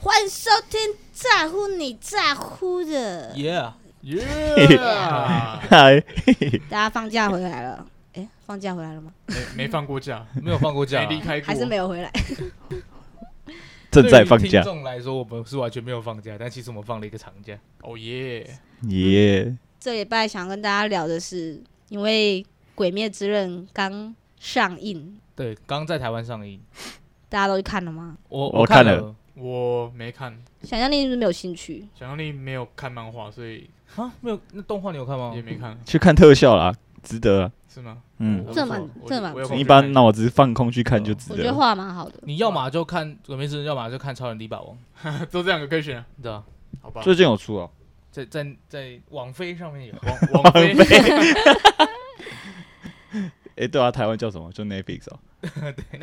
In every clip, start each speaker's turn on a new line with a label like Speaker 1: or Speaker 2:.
Speaker 1: 欢迎收听在乎你在乎的，
Speaker 2: Yeah yeah，
Speaker 3: 嗨，
Speaker 1: 大家放假回来了。 哎、放假回来了吗？
Speaker 4: 没没放过假，
Speaker 2: 没有放过 假
Speaker 4: 没
Speaker 2: 啊，
Speaker 4: 离开过，
Speaker 1: 还是没有回来？
Speaker 3: 正在放
Speaker 2: 对于听
Speaker 3: 假，
Speaker 2: 众来说，我们是完全没有放假，但其实我们放了一个长假。
Speaker 4: 哦耶！
Speaker 3: 耶！
Speaker 1: 这礼拜想跟大家聊的是，因为《鬼灭之刃》刚上映，
Speaker 2: 对，刚在台湾上映，
Speaker 1: 大家都去看了吗？
Speaker 2: 我
Speaker 3: 我
Speaker 2: 看
Speaker 3: 看了
Speaker 2: 了
Speaker 4: 我没看，
Speaker 1: 想象力是不是没有兴趣？
Speaker 4: 想象力没有看漫画，所以
Speaker 2: 啊，没有那动画你有看吗
Speaker 4: 也？没看，
Speaker 3: 去看特效啦，值得啊。
Speaker 4: 是吗？
Speaker 3: 嗯，
Speaker 4: 我
Speaker 1: 这蛮
Speaker 4: 我
Speaker 1: 这蛮
Speaker 4: 我有空
Speaker 3: 一
Speaker 4: 去
Speaker 3: 般
Speaker 4: 看
Speaker 3: 脑子放空去看就值
Speaker 1: 我觉
Speaker 3: 得
Speaker 1: 得
Speaker 3: 了。
Speaker 1: 画蛮好的。
Speaker 2: 你要么就看《鬼灭之刃》，要么就看《超人迪霸王》，
Speaker 4: 都这两个可以选啊，
Speaker 2: 你知道吧？
Speaker 4: 好吧？
Speaker 3: 最近有出哦，
Speaker 2: 在在在网飞上面有，
Speaker 4: 王王菲
Speaker 3: 哎，对啊，台湾叫什么？就 Netflix 哦，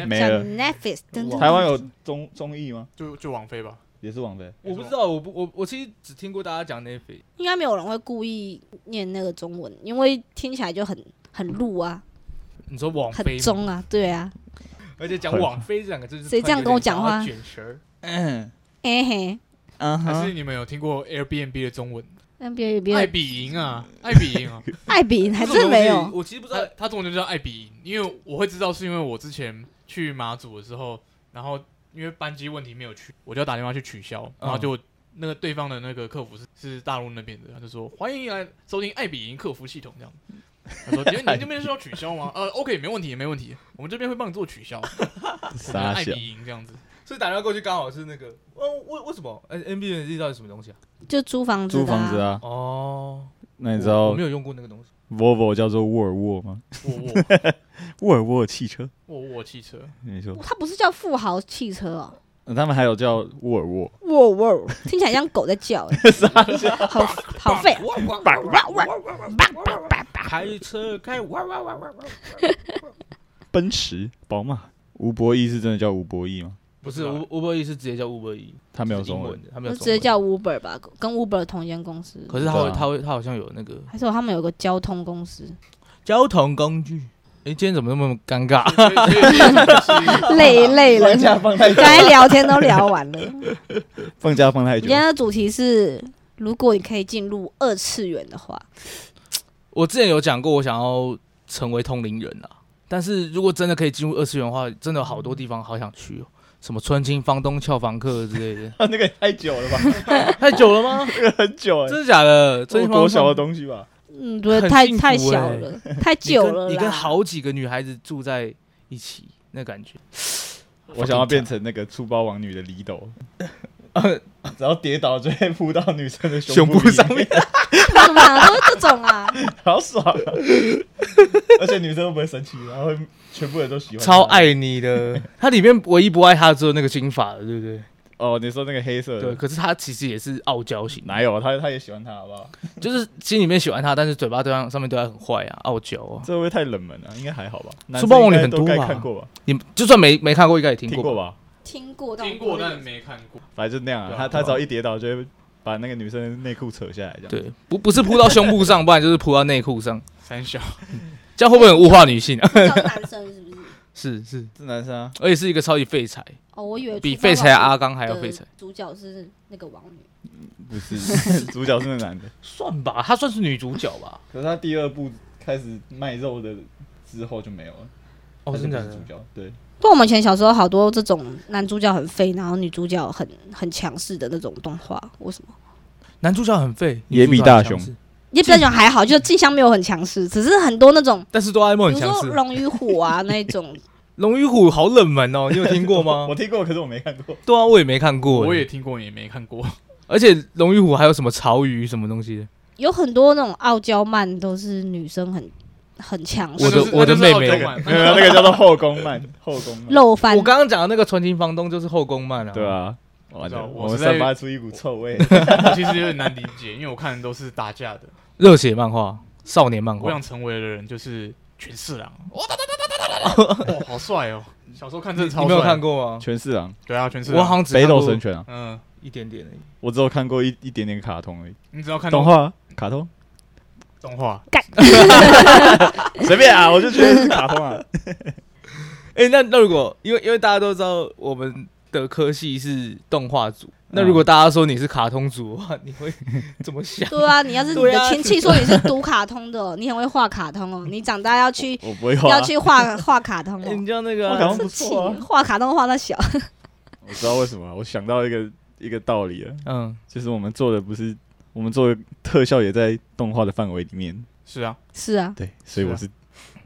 Speaker 3: 没
Speaker 1: 像
Speaker 3: 了。
Speaker 1: Netflix 等等，
Speaker 3: 台湾有综综艺吗？
Speaker 4: 就就王菲吧，
Speaker 3: 也是网飞。
Speaker 2: 我不知道，我不我我其实只听过大家讲 Netflix，
Speaker 1: 应该没有人会故意念那个中文，因为听起来就很很露啊，
Speaker 2: 你说网
Speaker 1: 很
Speaker 2: 飞吗，
Speaker 1: 中啊，对啊。
Speaker 4: 而且讲网飞这两个字，
Speaker 1: 谁这样跟我讲话
Speaker 4: 卷舌儿，
Speaker 3: 嗯
Speaker 1: 哎、嘿，
Speaker 3: 嗯
Speaker 4: 还是，你们有听过 Airbnb 的中文？
Speaker 1: 那别
Speaker 4: 爱
Speaker 3: 哎
Speaker 1: 别
Speaker 4: 比营啊，爱比营啊，
Speaker 1: 爱比还
Speaker 2: 这种
Speaker 1: 真没
Speaker 2: 东
Speaker 1: 有呃
Speaker 2: 西，我其实不知道
Speaker 4: 它它中文就叫爱比营，因为我会知道是因为我之前去马祖的时候，然后因为班机问题没有去，我就要打电话去取消，
Speaker 2: 嗯
Speaker 4: 然后就。那个对方的那个客服是是大陆那边的，他就说欢迎来收听爱比营客服系统 这样。他说：“你们这边是要取消吗？呃，OK，没问题，没问题，我们这边会帮你做取消。
Speaker 3: 傻
Speaker 4: 爱
Speaker 3: 小，
Speaker 4: 比营 这样子，
Speaker 2: 所以打电话过去刚好是那个，哦，为为什么？哎，NBA 到底是什么东西啊？
Speaker 1: 就租房子
Speaker 3: 租
Speaker 1: 的、
Speaker 3: 房子啊。
Speaker 2: 哦，
Speaker 3: 那你知
Speaker 2: 我
Speaker 3: 道
Speaker 2: 我没有用过那个东西。
Speaker 3: Volvo 叫做沃尔沃吗？
Speaker 4: 沃沃
Speaker 3: 沃尔沃汽车，
Speaker 4: 沃沃汽 车，
Speaker 3: 没错。
Speaker 1: 它不是叫富豪汽车哦，
Speaker 3: 呃他们还有叫沃尔沃，
Speaker 1: 哇哇， 听起来像狗在叫、欸， 好好废、啊，
Speaker 2: 开车开哇哇哇哇哇！
Speaker 3: 奔驰、宝马。吴博义是真的叫吴博义吗？
Speaker 2: 不是吴吴伯义是直接叫吴伯义，
Speaker 3: 他没有
Speaker 2: 是英
Speaker 3: 中
Speaker 2: 文
Speaker 3: 文，
Speaker 2: 啊的，他没
Speaker 1: 就
Speaker 2: 有
Speaker 1: 直
Speaker 2: 中
Speaker 1: 接
Speaker 2: 文。
Speaker 1: 叫 Uber 吧，跟 Uber 同一间公司，
Speaker 2: 可是他
Speaker 3: 对
Speaker 2: 会
Speaker 3: 啊
Speaker 2: 他会他好像有那个
Speaker 1: 还是有他们有个交通公 司，
Speaker 2: 交通工具。哎，今天怎么那么尴尬？
Speaker 4: 所以所以所以所以是
Speaker 1: 累累了，
Speaker 3: 假放太
Speaker 1: 刚才聊天都聊完 了。
Speaker 2: 哎
Speaker 1: 我
Speaker 3: 放假放太
Speaker 1: 们今
Speaker 3: 久，。
Speaker 1: 天的主题是，如果你可以进入二次元的话，
Speaker 2: 我之前有讲过，我想要成为通灵人啊。但是如果真的可以进入二次元的话，真的有好多地方好想去哦，什么川青、房东、俏房客之类 的
Speaker 3: 那个也太久了吧？
Speaker 2: 太久了吗？
Speaker 3: 这个很久哎，
Speaker 2: 真的假的？
Speaker 3: 这
Speaker 2: 真
Speaker 3: 是
Speaker 2: 心话
Speaker 3: 国小的东西吧？
Speaker 1: 嗯，对，
Speaker 2: 很
Speaker 1: 太
Speaker 2: 幸福
Speaker 1: 太
Speaker 2: 欸
Speaker 1: 小 了，太
Speaker 2: 你
Speaker 1: 久
Speaker 2: 跟
Speaker 1: 了
Speaker 2: 你
Speaker 1: 啦
Speaker 2: 跟好几个女孩子住在一起，那感觉。
Speaker 3: 我想要变成那个粗包王女的李 斗，
Speaker 2: 啊
Speaker 3: 只要跌倒就会扑到女生的
Speaker 2: 胸部
Speaker 3: 部
Speaker 2: 上 面，
Speaker 1: 为什么啊都是这种 啊？
Speaker 3: 好爽啊！而且女生都不会生气，然后全部人都喜欢她
Speaker 2: 超爱你的。它里面唯一不爱他的只有那个金发的，对不对？
Speaker 3: 哦。你说那个黑色
Speaker 2: 对，
Speaker 3: 的
Speaker 2: 可是他其实也是傲娇型的，
Speaker 3: 哪有？啊她她也喜欢他，好不好？
Speaker 2: 就是心里面喜欢他，但是嘴巴对他上面对他很坏啊，傲娇啊。
Speaker 3: 这会不会太冷门了、应该还好吧？
Speaker 2: 粗暴王女很多
Speaker 3: 男生应该都
Speaker 2: 吧
Speaker 3: 该看过吧？
Speaker 2: 你就算没没看过，应该也听
Speaker 3: 听
Speaker 2: 过
Speaker 3: 过
Speaker 2: 吧。
Speaker 3: 吧？
Speaker 1: 听过，
Speaker 4: 听过但没看过。
Speaker 3: 反正就那样
Speaker 4: 对
Speaker 3: 啊。她
Speaker 4: 啊对啊
Speaker 3: 她只要一跌倒，就会把那个女生的内裤扯下来，这样。
Speaker 2: 对，不不是扑到胸部上，不然就是扑到内裤上，
Speaker 4: 三小，
Speaker 2: 这样会不会很物化女性啊？
Speaker 1: 叫男生是不 是？
Speaker 2: 是是，
Speaker 3: 是男生啊，
Speaker 2: 而且是一个超级废柴，
Speaker 1: 哦，我以为
Speaker 2: 比
Speaker 1: 出包
Speaker 2: 废柴
Speaker 1: 王
Speaker 2: 阿刚还要废柴。。
Speaker 1: 主角是那个王女，
Speaker 3: 不是 主角是那男的。
Speaker 2: 算吧，她算是女主角吧？
Speaker 3: 可是他第二部开始卖肉的之后就没有了。
Speaker 2: 哦，
Speaker 3: 他就
Speaker 2: 真
Speaker 3: 不
Speaker 2: 的
Speaker 3: 是
Speaker 2: 假的
Speaker 3: 主角对，
Speaker 1: 不，我们以前小时候好多这种男主角很废，然后女主角很很强势的那种动画，为什么？
Speaker 2: 男主角很废，
Speaker 3: 野
Speaker 2: 女主
Speaker 3: 比
Speaker 2: 角
Speaker 3: 大
Speaker 2: 很强
Speaker 3: 雄
Speaker 2: 势，
Speaker 1: 也比较讲还好，就是静香没有很强势，只是很多那种，
Speaker 2: 但是哆啦 A 梦
Speaker 1: 比
Speaker 2: 哦很
Speaker 1: 如
Speaker 2: 强
Speaker 1: 说
Speaker 2: 势。
Speaker 1: 龙与虎啊那一种，
Speaker 2: 龙与虎好冷门哦，你有听过吗
Speaker 3: 我？听过，可是我没看过。
Speaker 2: 对啊，我也没看过。
Speaker 4: 我也，听过也没看过。
Speaker 2: 而且龙与虎还有什么潮语什么东西的？
Speaker 1: 有很多那种傲娇漫都是女生很很强
Speaker 2: 我
Speaker 1: 势
Speaker 2: 的，我的妹妹
Speaker 4: 那就是傲娇
Speaker 3: 没
Speaker 4: 版
Speaker 3: 有，那个叫做后宫漫，后宫 漫。
Speaker 1: 肉翻
Speaker 2: 我刚刚讲的那个纯情房东就是后宫漫啊。
Speaker 3: 对，啊，完
Speaker 4: 知道
Speaker 3: 了，
Speaker 4: 我
Speaker 3: 我们
Speaker 4: 是在
Speaker 3: 散发出一股臭味。
Speaker 4: 我其实有点难理解，因为我看的都是打架的。
Speaker 2: 热血漫画、少年漫
Speaker 4: 我
Speaker 2: 画
Speaker 4: 想，成为的人就是权四郎。哇哦哒哒哒哒哒哒哒！哇，好帅哦！小时候看真的超
Speaker 2: 你
Speaker 4: 帅。
Speaker 2: 没有看？过吗？
Speaker 3: 全是啊，
Speaker 4: 对啊，权四郎。
Speaker 2: 我好像只
Speaker 3: 北
Speaker 2: 看
Speaker 3: 斗
Speaker 2: 过
Speaker 3: 神拳啊，
Speaker 4: 嗯，
Speaker 2: 一点点而已。
Speaker 3: 我只有看过一一点点卡通而已，
Speaker 4: 你只要看
Speaker 3: 动画、卡通
Speaker 4: 动画，
Speaker 3: 随便啊，我就觉得是卡通啊。
Speaker 2: 哎、那那如果因为因为大家都知道我们的科系是动画组，那如果大家说你是卡通组的话，你会怎么 想？
Speaker 1: 对啊，你要是你
Speaker 2: 对啊
Speaker 1: 的亲戚说你是读卡通的哦，你很会画卡通哦，你长大要 去
Speaker 3: 我不会画
Speaker 1: 要，去画 画卡通
Speaker 2: 啊欸你
Speaker 1: 哦。
Speaker 2: 知道那个
Speaker 3: 我卡
Speaker 2: 啊
Speaker 3: 通不错啊
Speaker 1: 生气画卡通画到小，
Speaker 3: 我知道为什么啊，我想到一个一个道理了，啊
Speaker 2: 嗯，
Speaker 3: 就是我们做的不是我们做的特效也在动画的范围里面，
Speaker 4: 是啊，
Speaker 1: 是啊，
Speaker 3: 对，所以我是，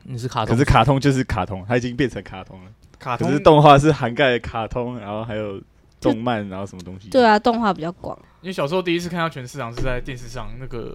Speaker 2: 你是啊卡
Speaker 3: 可
Speaker 2: 通
Speaker 3: 是
Speaker 2: 组，
Speaker 3: 卡通就是卡通，它已经变成卡通了，
Speaker 4: 卡
Speaker 3: 可
Speaker 4: 通
Speaker 3: 是动画是涵盖卡通，然后还有动漫，然后什么东西，
Speaker 1: 对，啊，动画比较广，
Speaker 4: 因为小时候第一次看到全市场是在电视上那个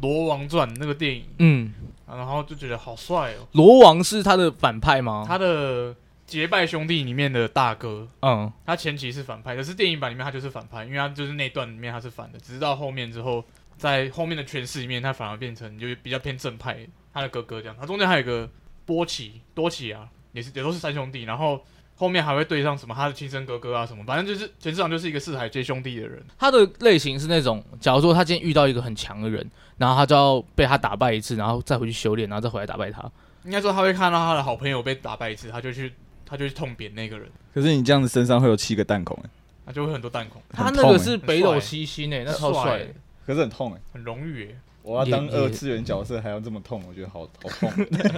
Speaker 4: 《罗王传》那个电影，
Speaker 2: 嗯，
Speaker 4: 啊然后就觉得好帅哦。
Speaker 2: 罗王是他的反派吗？
Speaker 4: 他的结拜兄弟里面的大哥，
Speaker 2: 嗯，
Speaker 4: 他前期是反派，可是电影版里面他就是反派，因为他就是那段里面他是反的，只是到后面之后，在后面的诠释里面，他反而变成就是比较偏正派，他的哥哥这样。他中间还有一个波奇多奇啊，也是也都是三兄弟，然后后面还会对上什么他的亲生哥哥啊什么，反正就是全市场就是一个四海皆兄弟的人。
Speaker 2: 他的类型是那种，假如说他今天遇到一个很强的人，然后他就要被他打败一次，然后再回去修炼，然后再回来打败他。
Speaker 4: 应该说他会看到他的好朋友被打败一次，他就去他就去痛扁那个人，
Speaker 3: 可是你这样子身上会有七个弹孔，欸
Speaker 4: 他就会很多弹孔，
Speaker 2: 他
Speaker 3: 很
Speaker 2: 那
Speaker 3: 痛
Speaker 2: 个
Speaker 3: 欸
Speaker 2: 是北斗七星欸诶、那
Speaker 4: 欸
Speaker 2: 超帅的。
Speaker 3: 可是很痛哎，
Speaker 4: 很荣誉耶。
Speaker 3: 我要当
Speaker 2: 也也
Speaker 3: 二次元角色还要这么痛，我觉得好好痛。。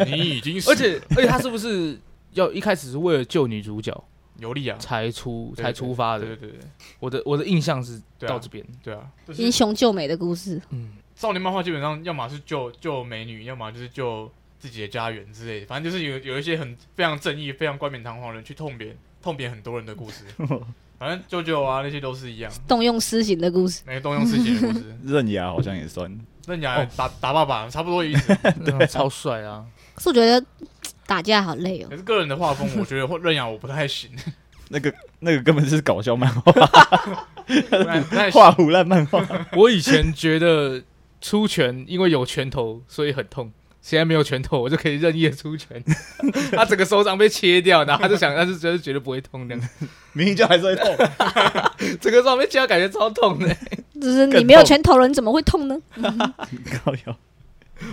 Speaker 4: 你已经死
Speaker 2: 而
Speaker 4: 了
Speaker 2: 且而且他是不是要一开始是为了救女主角
Speaker 4: 有力啊，
Speaker 2: 才出
Speaker 4: 对
Speaker 2: 才出发
Speaker 4: 对
Speaker 2: 的？
Speaker 4: 对对
Speaker 2: 我的我的印象是
Speaker 4: 对啊
Speaker 2: 到这边，
Speaker 4: 对啊，就是
Speaker 1: 英雄救美的故事，
Speaker 2: 嗯，
Speaker 4: 少年漫画基本上要么是救救美女，要么就是救自己的家园之类的，反正就是有有一些很非常正义、非常冠冕堂皇的人去痛扁痛扁很多人的 故事。反正舅舅啊那些都是一样，
Speaker 1: 动用私刑的故事，
Speaker 4: 每个动用事情的故
Speaker 2: 哦
Speaker 4: 事
Speaker 3: 刃牙好像也算，
Speaker 4: 那你还打打爸爸差不多意思，
Speaker 2: 嗯超帅啊！
Speaker 1: 可是我觉得打架好累哦
Speaker 4: 可。是个人的画风，我觉得或认养我不 太行，
Speaker 3: 那个那个根本就是搞笑漫 画，
Speaker 4: 不太不太行
Speaker 3: 画胡乱漫画。
Speaker 2: 我以前觉得出拳，因为有拳头所以很痛。现在没有拳头，我就可以任意的出拳。 他整个手掌被切掉，然后他就想，他就觉得绝对不会痛的。
Speaker 3: 明明就还是会痛，
Speaker 2: 整个照片切到感觉超痛 的，
Speaker 1: 就是
Speaker 3: 更
Speaker 1: 你
Speaker 3: 痛
Speaker 1: 没有拳头了，你怎么会痛呢？
Speaker 3: 高腰。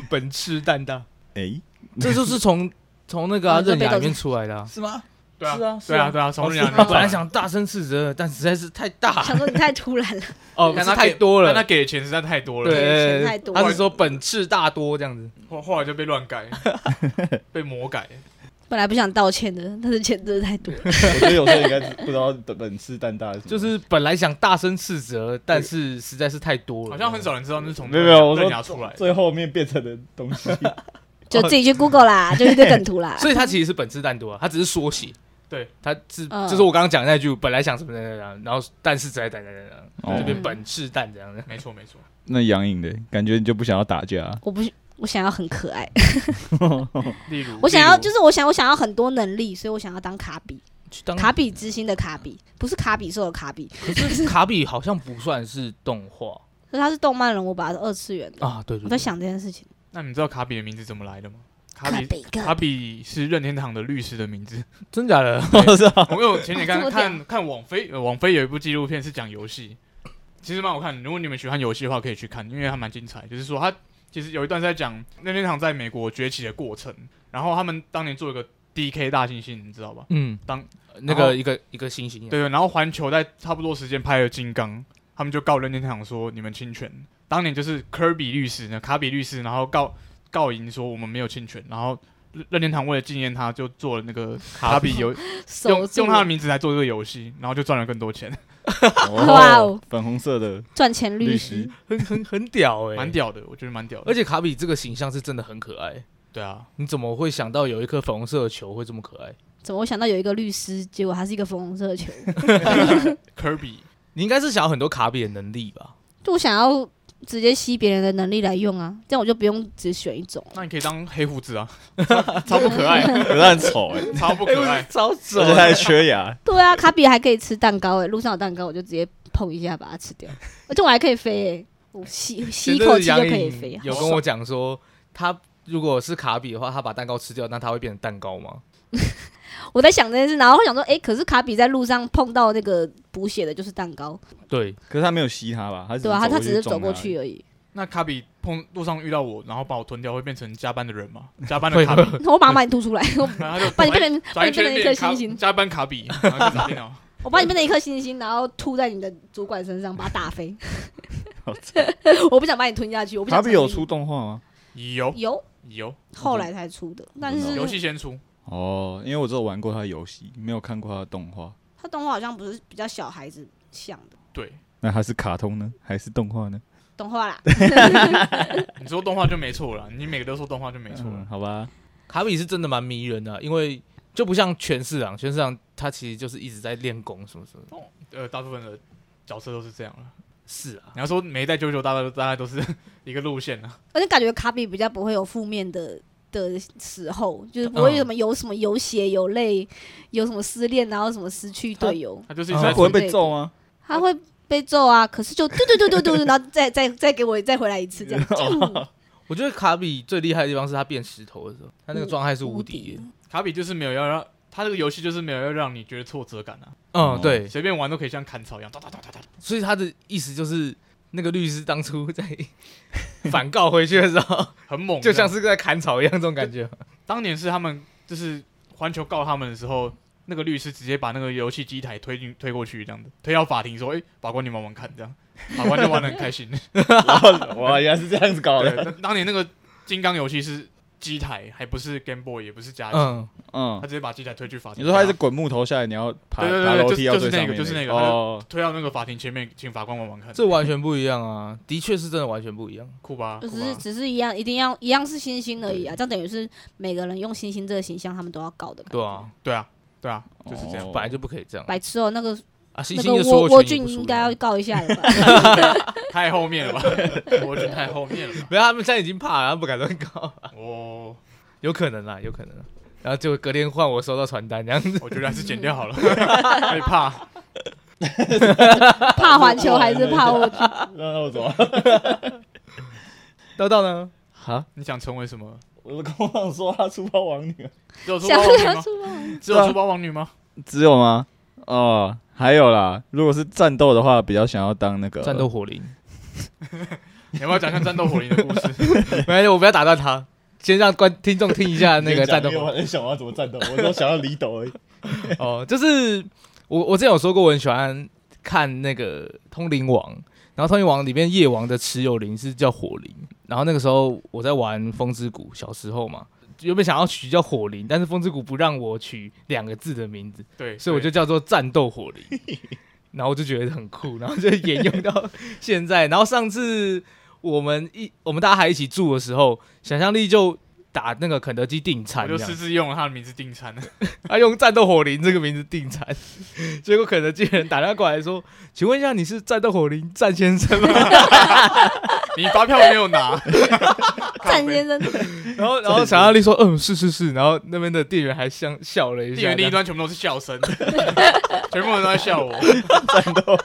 Speaker 2: 本赤蛋大，
Speaker 3: 哎，
Speaker 2: 这就是从从那个、啊、
Speaker 1: 啊这
Speaker 2: 刃
Speaker 1: 被
Speaker 2: 牙
Speaker 1: 斗
Speaker 2: 里面
Speaker 1: 争
Speaker 2: 出来的、啊。
Speaker 3: 是吗？
Speaker 4: 对啊
Speaker 2: 是啊是
Speaker 4: 对
Speaker 2: 啊
Speaker 4: 啊对啊，从认养
Speaker 2: 我本来想大声斥责，但实在是太大
Speaker 1: 想说你太突 然了，
Speaker 2: 哦，
Speaker 4: 看
Speaker 2: 是
Speaker 4: 他
Speaker 2: 太
Speaker 4: 给
Speaker 2: 多
Speaker 4: 但他
Speaker 2: 了。
Speaker 4: 给的钱实在太多了，嗯
Speaker 1: 钱
Speaker 2: 对
Speaker 1: 太，多了
Speaker 2: 他是说本赤大多这样子，
Speaker 4: 后后来就被 乱改，被魔改。
Speaker 1: 本来不想道歉的，但是钱真的太多了。
Speaker 3: 我觉得有时候应该不知道本事蛋大，
Speaker 2: 就是本来想大声斥责，但是实在是太多了，
Speaker 4: 好像很少人知道那是从
Speaker 3: 没有没有，我
Speaker 4: 刃牙出
Speaker 3: 说
Speaker 4: 来的。
Speaker 3: 最后面变成的东西。
Speaker 1: 就自己去 Google 啦，就一堆梗图啦。
Speaker 2: 所以他其实是本次蛋多啊，他只是缩写。
Speaker 4: 对，
Speaker 2: 他是、
Speaker 1: 嗯
Speaker 2: 就是我刚刚讲的那句，本来想什么什么什么，然后但是在在在在
Speaker 3: 哦
Speaker 2: 这边本次蛋这样子。
Speaker 4: 没错没错，
Speaker 3: 那杨颖的感觉，你就不想要打 架，
Speaker 1: 我不，我想要很可爱，
Speaker 4: 例如
Speaker 1: 我想要
Speaker 4: 例如
Speaker 1: 就是我想我想要很多能力，所以我想要当卡比，
Speaker 2: 去当
Speaker 1: 卡比之心的卡比，不是卡比兽的卡比，
Speaker 2: 可是卡比好像不算是动画
Speaker 1: 可是他是动漫人物吧，是二次元的。
Speaker 2: 啊，对对
Speaker 1: 我在，
Speaker 2: 对
Speaker 1: 想这件事情，
Speaker 4: 那你知道卡比的名字怎么来的吗？卡
Speaker 1: 卡
Speaker 4: 比
Speaker 1: 比哥
Speaker 4: 卡比是任天堂的律师的 名字。
Speaker 2: 真假的？
Speaker 3: 是吧？
Speaker 4: 我有前几天
Speaker 1: 这么
Speaker 4: 看看看网飞，呃网飞有一部纪录片是讲游戏，其实蛮好看。如果你们喜欢游戏的话，可以去看，因为它蛮精彩。就是说，它其实有一段是在讲任天堂在美国崛起的过程，然后他们当年做一个 DK 大猩猩，你知道吧？
Speaker 2: 嗯，
Speaker 4: 当
Speaker 2: 那
Speaker 4: 然后
Speaker 2: 个一个一个星星，啊
Speaker 4: 对对，然后环球在差不多时间拍了《金刚》，他们就告任天堂说你们侵权。当年就是科比律师呢，卡比律师，然后告告赢说我们没有侵权，然后任任天堂为了纪念他，就做了那个卡 比游，用
Speaker 1: 守住
Speaker 4: 用他的名字来做这个游戏，然后就赚了更多钱，
Speaker 1: 哇哦，
Speaker 3: 粉红色的
Speaker 1: 赚钱律
Speaker 3: 律
Speaker 1: 师
Speaker 3: 师，
Speaker 2: 很很很屌哎、
Speaker 4: 蛮屌欸的，我觉得蛮屌的。
Speaker 2: 而且卡比这个形象是真的很可爱，
Speaker 4: 对啊，
Speaker 2: 你怎么会想到有一颗粉红色的球会这么可爱？
Speaker 1: 怎么我想到有一个律师，结果他是一个粉红色的球？
Speaker 4: 科比
Speaker 2: 你应该是想要很多卡比的能力吧？
Speaker 1: 就我想要直接吸别人的能力来用啊，这样我就不用只选一种。
Speaker 4: 那你可以当黑胡子 啊，超超不可爱，
Speaker 3: 可是很丑哎，
Speaker 4: 超不可爱。
Speaker 2: 超
Speaker 3: 而且它还缺 牙，
Speaker 1: 对啊，卡比还可以吃蛋糕诶、路上有蛋糕我就直接碰一下把它吃 掉，而且我还可以飞诶、我吸 吸一口气就可以飞，啊
Speaker 2: 有
Speaker 1: 好
Speaker 2: 跟
Speaker 1: 爽
Speaker 2: 我讲说，他如果是卡比的话，他把蛋糕吃掉，那他会变成蛋糕吗？
Speaker 1: 我在想这件事，然后会想说，诶，可是卡比在路上碰到那个补血的就是蛋糕，
Speaker 2: 对，
Speaker 3: 可是他没有吸它吧？他
Speaker 1: 对吧、啊？他只是走
Speaker 3: 撞
Speaker 1: 过
Speaker 3: 它
Speaker 1: 去而已。
Speaker 4: 那卡比碰路上遇到我，然后把我吞掉，会变成加班的人吗？加班的
Speaker 2: 会
Speaker 4: 卡比，
Speaker 1: 我马上把你吐出来，我
Speaker 4: 然后他就
Speaker 1: 把你变成把
Speaker 4: 转
Speaker 1: 你
Speaker 4: 一圈
Speaker 1: 变成一颗
Speaker 4: 卡
Speaker 1: 星星。
Speaker 4: 加班卡比，然后就砸电脑。
Speaker 1: 我把你们的一颗星星，然后吐在你的主管身上，把它打飞
Speaker 3: 好。
Speaker 1: 我不想把你吞下去，我不
Speaker 3: 卡
Speaker 1: 想。
Speaker 3: 比有出动画吗？
Speaker 4: 有
Speaker 1: 有，
Speaker 4: 有，
Speaker 1: 后来才出的，但
Speaker 3: 嗯
Speaker 1: 是
Speaker 4: 游戏先出，
Speaker 3: 哦，因为我只有玩过他的游戏，没有看过他的动画。
Speaker 1: 它动画好像不是比较小孩子像的
Speaker 4: 对，
Speaker 3: 那他是卡通呢，还是动画呢？
Speaker 1: 动画 啦。
Speaker 4: 你说动画就没错了，你每个都说动画就没错
Speaker 3: 嗯
Speaker 4: 了。
Speaker 3: 好吧。
Speaker 2: 卡比是真的蛮迷人的啊，因为就不像全市长，全市长他其实就是一直在练功什么什么的。
Speaker 4: 呃，大部分的角色都是这样了。
Speaker 2: 是啊，
Speaker 4: 你要说每一代九九，大概都大概都是一个路线啊。
Speaker 1: 而且感觉卡比比较不会有负面的的时候，就是不会有什么有什么有血有泪，有什么失恋，然后什么失去队友，
Speaker 2: 嗯
Speaker 4: 他就是一直
Speaker 3: 他
Speaker 4: 在
Speaker 1: 啊
Speaker 3: 不会被揍吗？
Speaker 1: 他会被揍啊。可是就嘟嘟嘟嘟 嘟，然后再再再给我再回来一次这样，啾
Speaker 2: 我觉得卡比最厉害的地方是他变石头的时候，他那个状态是无敌的。
Speaker 4: 卡比就是没有要让他这个游戏就是没有要让你觉得挫折感啊，
Speaker 2: 嗯，
Speaker 3: 哦
Speaker 2: 对，
Speaker 4: 随便玩都可以像砍草一样，哒哒哒哒哒。
Speaker 2: 所以他的意思就是，那个律师当初在 反告回去的时候，
Speaker 4: 很猛这
Speaker 2: 就
Speaker 4: 样，
Speaker 2: 像是在砍草一样，这种感觉。
Speaker 4: 当年是他们就是环球告他们的时候，那个律师直接把那个游戏机台推进推过去，这样子推到法庭说：“哎、法官你玩玩看。”这样，法官就玩的很开心。
Speaker 3: 哇，原来是这样子搞
Speaker 4: 对，
Speaker 3: 的。
Speaker 4: 当当年那个金刚游戏是机台，还不是 Game Boy，也不是家机，
Speaker 2: 嗯，
Speaker 3: 嗯
Speaker 4: 他，直接把机台推去法庭。啊
Speaker 3: 你说他是滚木头下来，你要爬
Speaker 4: 对对对
Speaker 3: 爬楼梯
Speaker 4: 就
Speaker 3: 要
Speaker 4: 是
Speaker 3: 最上面，
Speaker 4: 就是那个就是那个
Speaker 3: 哦，
Speaker 4: 推到那个法庭前面，请法官玩玩看，
Speaker 2: 这完全不一样啊，的确是真的完全不一样。
Speaker 4: 酷吧？
Speaker 1: 就
Speaker 4: 酷
Speaker 1: 只是
Speaker 3: 啊
Speaker 4: 吧？
Speaker 1: 只是一样，一定要一样是星星而已啊。这样等于是每个人用星星这个形象，他们都要搞的感觉。
Speaker 2: 对啊，
Speaker 4: 对啊，对啊，就是这样。
Speaker 3: 哦
Speaker 2: 本 来就不可以这样
Speaker 1: 白痴哦、那个
Speaker 2: 啊！星
Speaker 1: 那
Speaker 2: 星
Speaker 1: 个
Speaker 2: 的所
Speaker 1: 蜗
Speaker 2: 有
Speaker 1: 蜗
Speaker 2: 权益
Speaker 1: 郡
Speaker 2: 不属于
Speaker 1: 应该要
Speaker 2: 他
Speaker 1: 告一下了吧？
Speaker 4: 太后面 了吧？我觉得太后面了吧。哦
Speaker 2: 没有，他们现在已经怕了，他们不敢乱搞，
Speaker 4: 我
Speaker 2: 有可能啊啦，有可能啦。然后就隔天换我收到传单这样子，
Speaker 4: 我觉得还是剪 掉好了，害怕。
Speaker 1: 怕环球还是怕蜗居？
Speaker 3: 让让我走啊。
Speaker 2: 豆豆呢？
Speaker 3: 好，
Speaker 4: 你想成为什么？
Speaker 3: 我的公忘说他粗暴王女，
Speaker 4: 只有出
Speaker 1: 想
Speaker 4: 包王女
Speaker 1: 要
Speaker 4: 吗？
Speaker 1: 出吗？
Speaker 4: 只有出包王女吗？
Speaker 3: 只有吗？哦，还有啦，如果是战斗的话，比较想要当那个
Speaker 2: 战斗火灵，
Speaker 4: 你要不要讲讲战斗火影的故 事？
Speaker 2: 没关系，我不要打断他，先让观听众听一下那个战斗火
Speaker 3: 我在想我要怎么战斗，我都想要离斗而已。
Speaker 2: 哦，就是我我之前有说过，我很喜欢看那个《通灵王》，然后《通灵王》里面夜王的持有灵是叫火灵，然后那个时候我在玩《风之谷》，小时候嘛，原本想要取叫火灵，但是《风之谷》不让我取两个字的名字，
Speaker 4: 对，
Speaker 2: 所以我就叫做战斗火 灵，然后我就觉得很酷，然后就沿用到现在。然后上次我们一我们大家还一起住的时候，想象力就打那个肯德基订
Speaker 4: 对我
Speaker 2: 餐，这
Speaker 4: 就
Speaker 2: 样。
Speaker 4: 私自用了他的名字订餐。
Speaker 2: 他啊用“战斗火灵”这个名字订餐，结果肯德基人打电话过来说：“请问一下，你是战斗火灵战先生吗
Speaker 4: 你发票没有 拿，
Speaker 1: 战先生，？”
Speaker 2: 然后，然后小亚力说：“嗯，是是是。”然后那边的店员还相笑了一
Speaker 4: 店
Speaker 2: 下
Speaker 4: 员，另一端全部都是 笑声，全部人都在笑我。
Speaker 3: 战斗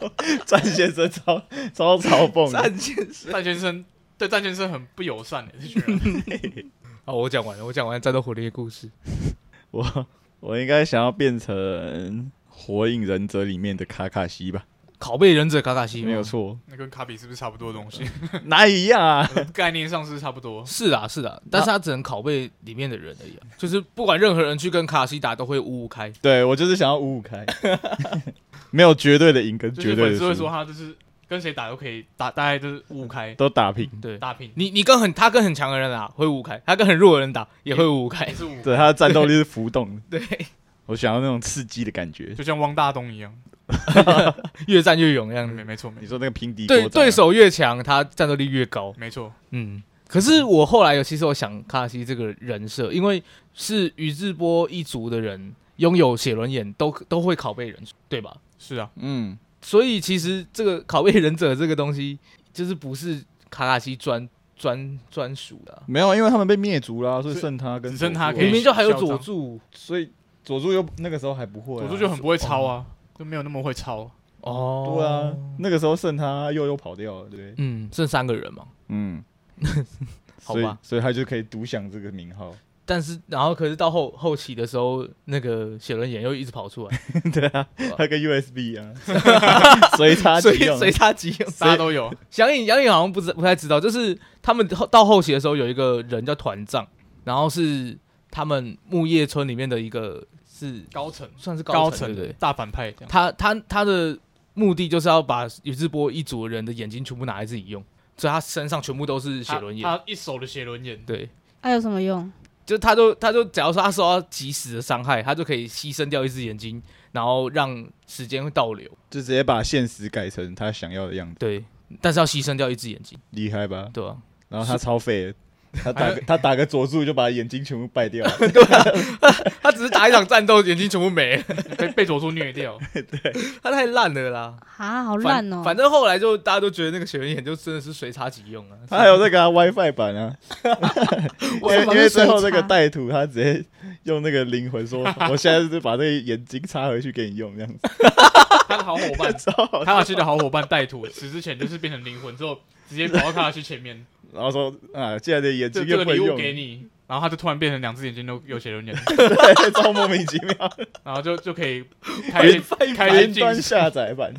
Speaker 3: 战先生超超嘲讽
Speaker 2: 这样
Speaker 3: 的，
Speaker 2: 战先 生。
Speaker 4: 战先生对战先生很不友善欸的，这群人
Speaker 2: 哦，我讲完了，我讲完战斗火灵的故事。
Speaker 3: 我我应该想要变成火影忍者里面的卡卡西吧？
Speaker 2: 拷贝忍者卡卡西
Speaker 3: 没有，错，
Speaker 4: 那跟卡比是不是差不多的东西？
Speaker 3: 哪一样啊？
Speaker 4: 概念上是差不多。
Speaker 2: 是啊是啊，但是他只能拷贝里面的人而已、啊，就是不管任何人去跟卡卡西打都会五五开。
Speaker 3: 对我就是想要五五开， 没有绝对的赢跟
Speaker 4: 就
Speaker 3: 绝
Speaker 4: 是
Speaker 3: 对
Speaker 4: 粉
Speaker 3: 的
Speaker 4: 丝会说
Speaker 3: 输，
Speaker 4: 他就是跟谁打都可以打，大概就是五五开
Speaker 3: 都打平。
Speaker 2: 对，
Speaker 4: 大拼，
Speaker 2: 你你跟很他跟很强的人打会五五开，他跟很弱的人打也会五五
Speaker 4: 也
Speaker 2: 开。
Speaker 4: 是五，
Speaker 3: 对，他的战斗力是浮动的。
Speaker 2: 对，
Speaker 3: 我想要那种刺激的感觉。
Speaker 4: 就像汪大东一样。
Speaker 2: 越战越勇这样子。
Speaker 4: 没没错没
Speaker 3: 你
Speaker 4: 错
Speaker 3: 说那个平底
Speaker 2: 对
Speaker 3: 锅
Speaker 2: 对
Speaker 3: 战啊
Speaker 2: 手越强，他战斗力越高。
Speaker 4: 没错，
Speaker 2: 嗯，可是我后来有其实我想卡卡西这个人设，因为是宇智波一族的人拥有写轮眼都都会拷贝人，对吧？
Speaker 4: 是啊，
Speaker 3: 嗯，
Speaker 2: 所以其实这个拷贝忍者这个东西，就是不是卡卡西专专专属的啊、
Speaker 3: 没有，因为他们被灭族啦，所以
Speaker 4: 只
Speaker 3: 剩他跟
Speaker 4: 只
Speaker 3: 佐
Speaker 4: 剩
Speaker 3: 助
Speaker 4: 他
Speaker 3: 啊
Speaker 4: 可以
Speaker 2: 明明就还有
Speaker 4: 嚣张
Speaker 2: 佐助
Speaker 3: 所以佐助又那个时候还不会啊，
Speaker 4: 佐助就很不会抄啊，就没有那么会抄。啊
Speaker 2: 哦，
Speaker 3: 对啊，那个时候剩他又又跑掉了，对不对？
Speaker 2: 嗯，剩三个人嘛。
Speaker 3: 嗯，
Speaker 2: 好
Speaker 3: 所以
Speaker 2: 吧
Speaker 3: 所以他就可以独享这个名号。
Speaker 2: 但是，然后可是到后后期的时候，那个写轮眼又一直跑出来，
Speaker 3: 对啊
Speaker 2: 哇，
Speaker 3: 他跟 USB 啊，随插即
Speaker 2: 随
Speaker 3: 用。
Speaker 2: 随他即用，
Speaker 4: 大家都 有，
Speaker 2: 杨颖，杨颖好像不知不太知道，就是他们后到后期的时候，有一个人叫团藏，然后是他们木叶村里面的一个是
Speaker 4: 高层
Speaker 2: 算是
Speaker 4: 高
Speaker 2: 层，对不
Speaker 4: 层
Speaker 2: 对？
Speaker 4: 大反派这样。
Speaker 2: 他他他的目的就是要把宇智波一族的人的眼睛全部拿来自己用，所以他身上全部都是
Speaker 4: 他
Speaker 2: 写轮眼。
Speaker 4: 他一手的写轮眼，
Speaker 2: 对，
Speaker 1: 还有什么用？
Speaker 2: 就他就他就假如说他受到及时的伤害，他就可以牺牲掉一只眼睛，然后让时间会倒流。
Speaker 3: 就直接把现实改成他想要的样子，
Speaker 2: 对，但是要牺牲掉一只眼睛，
Speaker 3: 厉害吧？
Speaker 2: 对啊吧、
Speaker 3: 然后他超废的，他
Speaker 2: 还
Speaker 3: 打
Speaker 2: 有
Speaker 3: 个他打个佐助就把眼睛全部败掉了，
Speaker 2: 他只是打一场战斗，眼睛全部没了，
Speaker 4: 被被佐助虐掉。
Speaker 2: 他太烂了啦。
Speaker 1: 啊，好
Speaker 2: 反
Speaker 1: 烂哦、
Speaker 2: 反正后来就大家都觉得那个雪人眼就真的是随插即用啊。
Speaker 3: 他还有那个、啊、WiFi 版啊，因
Speaker 1: 为
Speaker 3: 为
Speaker 1: 什
Speaker 3: 因
Speaker 1: 么是
Speaker 3: 为最后
Speaker 1: 水
Speaker 3: 那个
Speaker 1: 叉
Speaker 3: 带图他直接用那个灵魂说，我现在就是把这个眼睛插回去给你用这样子，
Speaker 4: 他的好伙伴，
Speaker 3: 超好
Speaker 4: 卡卡西的好伙伴带土，死之前就是变成灵魂之后，直接跑到卡卡西前面，
Speaker 3: 然后说啊，既然你的眼
Speaker 4: 这
Speaker 3: 睛
Speaker 4: 这
Speaker 3: 又
Speaker 4: 个
Speaker 3: 不会
Speaker 4: 礼物
Speaker 3: 用，
Speaker 4: 给你，然后他就突然变成两只眼睛都有血轮眼，
Speaker 3: 对，超莫名其妙。
Speaker 4: 然后就就可 以开
Speaker 2: 云
Speaker 4: 开
Speaker 3: 云
Speaker 4: 眼
Speaker 3: 端
Speaker 4: 镜，
Speaker 3: 下载版，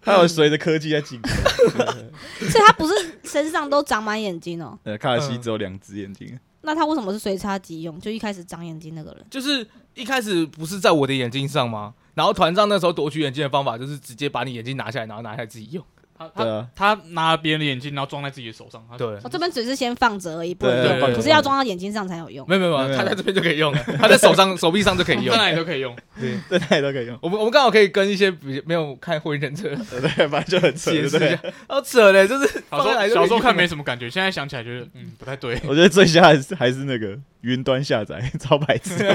Speaker 3: 还有随着科技在进步。
Speaker 1: 所以他不是身上都长满眼睛哦、
Speaker 3: 呃，卡尔西只有两只眼睛，
Speaker 1: 那他为什么是随插即用？就一开始长眼睛那个人，
Speaker 2: 就是一开始不是在我的眼睛上吗？然后团长那时候夺取眼睛的方法就是直接把你眼睛拿下来，然后拿下来自己用。
Speaker 4: 他
Speaker 3: 对
Speaker 4: 他
Speaker 3: 啊，
Speaker 4: 他拿了别人的眼睛，然后装在自己的手上，他
Speaker 2: 对
Speaker 1: 我、，哦这边只是先放着而已，不
Speaker 3: 对
Speaker 1: 能
Speaker 2: 对
Speaker 1: 用，
Speaker 2: 对对
Speaker 1: 不是要装到眼睛上才有用。
Speaker 2: 没有没有
Speaker 3: 没
Speaker 2: 没有，
Speaker 3: 有
Speaker 2: 他在这边就可以用了，他在手上手臂上就可以用
Speaker 4: 在。哪里都可以 用。
Speaker 2: 对，
Speaker 3: 在哪里都可 以用。
Speaker 2: 我们我们刚好可以跟一些比没有看《火影忍者》
Speaker 3: 呃对，反正就很扯，
Speaker 2: 解
Speaker 3: 对
Speaker 2: 释
Speaker 3: 不
Speaker 2: 一
Speaker 3: 对
Speaker 2: 下？，好扯嘞，就是
Speaker 4: 小时
Speaker 2: 放在哪
Speaker 4: 候
Speaker 2: 里都可以
Speaker 4: 小时候看
Speaker 2: 用
Speaker 4: 没什么感觉，现在想起来觉得嗯不 太对。
Speaker 3: 我觉得最瞎还是还是那个云端下载， 超白痴。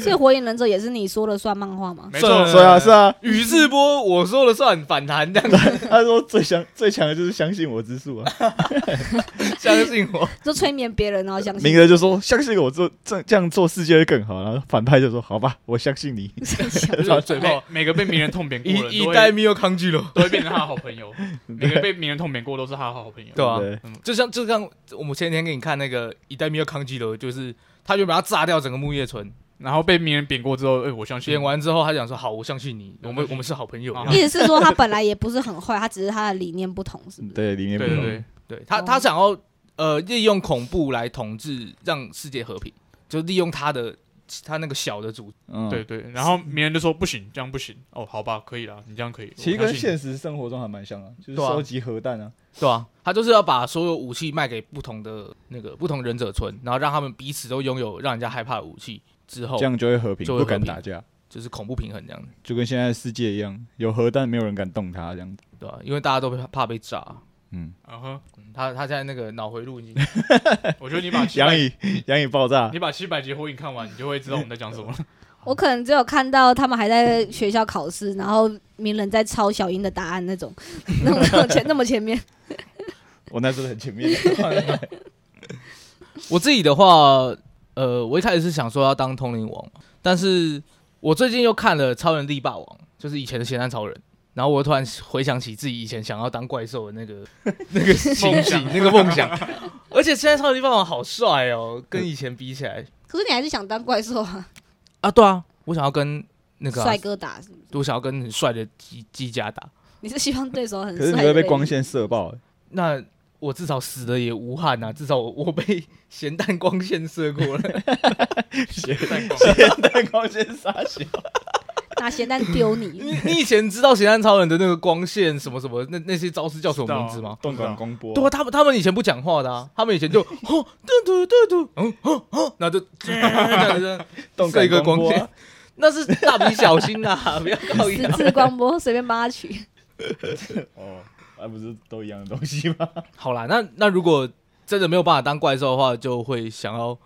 Speaker 1: 所以《火影忍者》也是你说了算漫画吗？
Speaker 4: 没
Speaker 2: 算
Speaker 4: 错
Speaker 2: 了，
Speaker 3: 是啊，是啊，
Speaker 2: 宇智波我说了算，反弹这样子，
Speaker 3: 他说最强最强的就是相信我之术啊。
Speaker 2: 相信我。
Speaker 1: 就催眠别人然后相
Speaker 3: 明
Speaker 1: 信，
Speaker 3: 人就说相信我做这这样做世界会更好，然后反派就说好吧，我相信你。
Speaker 2: 就是嘴
Speaker 4: 每
Speaker 2: 炮，
Speaker 4: 每个被鸣人痛扁过
Speaker 2: 一
Speaker 4: 的人
Speaker 2: 一
Speaker 4: 都
Speaker 2: 代
Speaker 4: 会
Speaker 2: 米有康居了。
Speaker 4: 都会变成他的好 朋友，每个被鸣人痛扁过都是他的好朋友。
Speaker 2: 对 啊
Speaker 3: 对
Speaker 2: 就像就像我们前几天给你看那个一代米尔康基罗，就是他原本要炸掉整个木叶村，
Speaker 4: 然后被鸣人扁过之后，哎，我相信
Speaker 2: 演完之后他讲说好，我相信你，我
Speaker 4: 嗯我相
Speaker 2: 们
Speaker 4: 信
Speaker 2: 我们是好朋友。
Speaker 4: 啊
Speaker 1: 意思是说他本来也不是很坏，他只是他的理念不同，是不是？
Speaker 3: 对，里面
Speaker 4: 对
Speaker 3: 不
Speaker 4: 对
Speaker 3: 同
Speaker 4: 对，
Speaker 2: 对他他想要呃利用恐怖来统治，让世界和平，就利用他的他那个小的组织。
Speaker 3: 嗯
Speaker 4: 对。对，然后鸣人就说不行，这样不行。哦，好吧，可以啦，你这样可以。
Speaker 3: 其实
Speaker 4: 我相
Speaker 3: 跟
Speaker 4: 信
Speaker 3: 现实生活中还蛮像的，就是
Speaker 2: 对啊
Speaker 3: 收集核弹啊，
Speaker 2: 对啊，他就是要把所有武器卖给不同的那个不同忍者村，然后让他们彼此都拥有让人家害怕的武器，之后
Speaker 3: 这样就会和平，
Speaker 2: 哦就会
Speaker 3: 不敢
Speaker 2: 和平
Speaker 3: 打架，
Speaker 2: 就是恐怖平衡这样子，
Speaker 3: 就跟现在的世界一样，有核弹没有人敢动它这样 子。
Speaker 2: 对吧、因为大家都怕怕被炸。
Speaker 3: 嗯，
Speaker 4: 嗯哼，
Speaker 2: 嗯他他现在那个脑回路已经
Speaker 4: 我觉得你把七
Speaker 3: 杨
Speaker 4: 百，
Speaker 3: 颖， 杨颖爆炸
Speaker 4: 你，把七百集火影看完，你就会知道我们在讲什么了。
Speaker 1: 我可能只有看到他们还在学校考试，然后鸣人在抄小樱的答案那种，那种那种前那么前面。
Speaker 3: 我那时候很前 面，
Speaker 2: 我自己的话，呃，我一开始是想说要当通灵王，但是我最近又看了《超人力霸王》，就是以前的咸蛋超人，然后我突然回想起自己以前想要当怪兽的那个 那个情 景、那个梦想，而且现在《超人力霸王》好帅哦，跟以前比起来
Speaker 1: 可是你还是想当怪兽啊，
Speaker 2: 啊，对啊，我想要跟那个啊、
Speaker 1: 帅哥打是不是？
Speaker 2: 我想要跟很帅的机机甲打，
Speaker 1: 你是希望对手很
Speaker 3: 可
Speaker 1: 帅
Speaker 3: 是你
Speaker 1: 的类型？
Speaker 3: 会被光线射爆。
Speaker 2: 那。我至少死的也无憾呐、啊，至少我我被咸蛋光线射过了，
Speaker 4: 在逛
Speaker 3: 但光线杀小，
Speaker 1: 拿咸蛋丢
Speaker 2: 你
Speaker 1: 你，
Speaker 2: 你以前知道咸蛋超人的那个光线什么什么那那些招式叫什么名字吗？
Speaker 3: 动感光波，
Speaker 2: 对啊，他们他们以前不讲话的啊，他们以 前就吼嘟嘟嘟嘟，嗯吼吼，然后就这样子
Speaker 3: 动
Speaker 2: 射
Speaker 3: 感
Speaker 2: 一个光
Speaker 3: 波啊
Speaker 2: 线，那是蜡笔小新啊，不要告
Speaker 1: 十
Speaker 2: 一
Speaker 1: 字光波随便帮他取。
Speaker 3: 哦，那不是都一样的东西 吗？
Speaker 2: 好啦，那那如果真的没有办法当怪兽的话，就会想要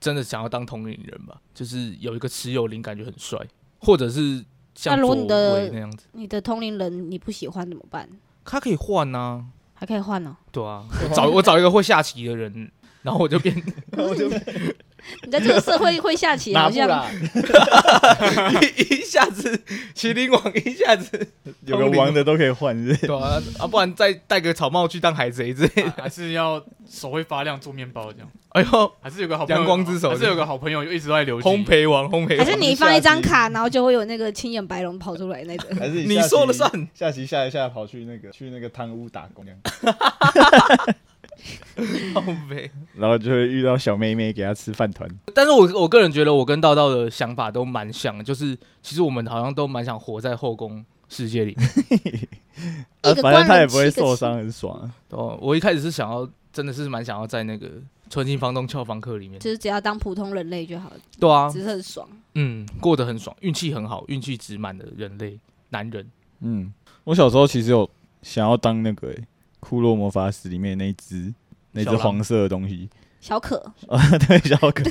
Speaker 2: 真的想要当同龄人吧，就是有一个持有灵，感觉很帅，或者是像
Speaker 1: 那如果
Speaker 2: 佐
Speaker 1: 你的
Speaker 2: 为那样子，
Speaker 1: 你的通灵人你不喜欢怎么办？
Speaker 2: 他可以换啊，
Speaker 1: 还可以换哦。
Speaker 2: 对啊，我找我找一个会下棋的人，然后我就变
Speaker 3: 我就
Speaker 1: 你在这个社会会下棋，好
Speaker 3: 拿不
Speaker 1: 像
Speaker 3: 啦，
Speaker 2: 一下子麒麟王一下子，
Speaker 3: 有个王的都可以换，是不 是
Speaker 2: 对啊，啊不然再戴个草帽去当海贼之类的。
Speaker 4: 还是要手会发亮做面包这样，
Speaker 2: 哎呦，
Speaker 4: 还是有个好朋友
Speaker 2: 阳光之手
Speaker 4: 还是有个好朋友一直在留
Speaker 2: 烘
Speaker 4: 级。
Speaker 2: 焙王，烘焙
Speaker 1: 还是
Speaker 2: 王，
Speaker 1: 你放一张卡，然后就会有那个青眼白龙跑出来那种。
Speaker 3: 还是
Speaker 2: 你
Speaker 3: 下棋
Speaker 2: 说了算。
Speaker 3: 下棋下一下，跑去那个去那个贪污打工这样，
Speaker 2: 靠北
Speaker 3: 然后就会遇到小妹妹给她吃饭团。
Speaker 2: 但是我我个人觉得，我跟道道的想法都蛮像的，就是其实我们好像都蛮想活在后宫世界里面。
Speaker 1: 一
Speaker 3: 啊
Speaker 1: 个
Speaker 3: 反正
Speaker 1: 官
Speaker 3: 她也
Speaker 1: 人
Speaker 3: 不会
Speaker 1: 七个
Speaker 3: 受
Speaker 1: 妻
Speaker 3: 伤，很爽啊。
Speaker 2: 哦，我一开始是想要，真的是蛮想要在那个纯情房东俏房客里面。
Speaker 1: 就是只要当普通人类就好了，
Speaker 2: 对
Speaker 3: 哦
Speaker 2: 啊，
Speaker 1: 只是很爽。
Speaker 2: 嗯，过得很爽，运气很好，运气值满的人类男人。
Speaker 3: 嗯，我小时候其实有想要当那个、欸《库洛魔法使》里面那一只那
Speaker 2: 小
Speaker 3: 只
Speaker 2: 狼
Speaker 3: 黄色的东西
Speaker 1: 小可，
Speaker 3: 啊，对，小可。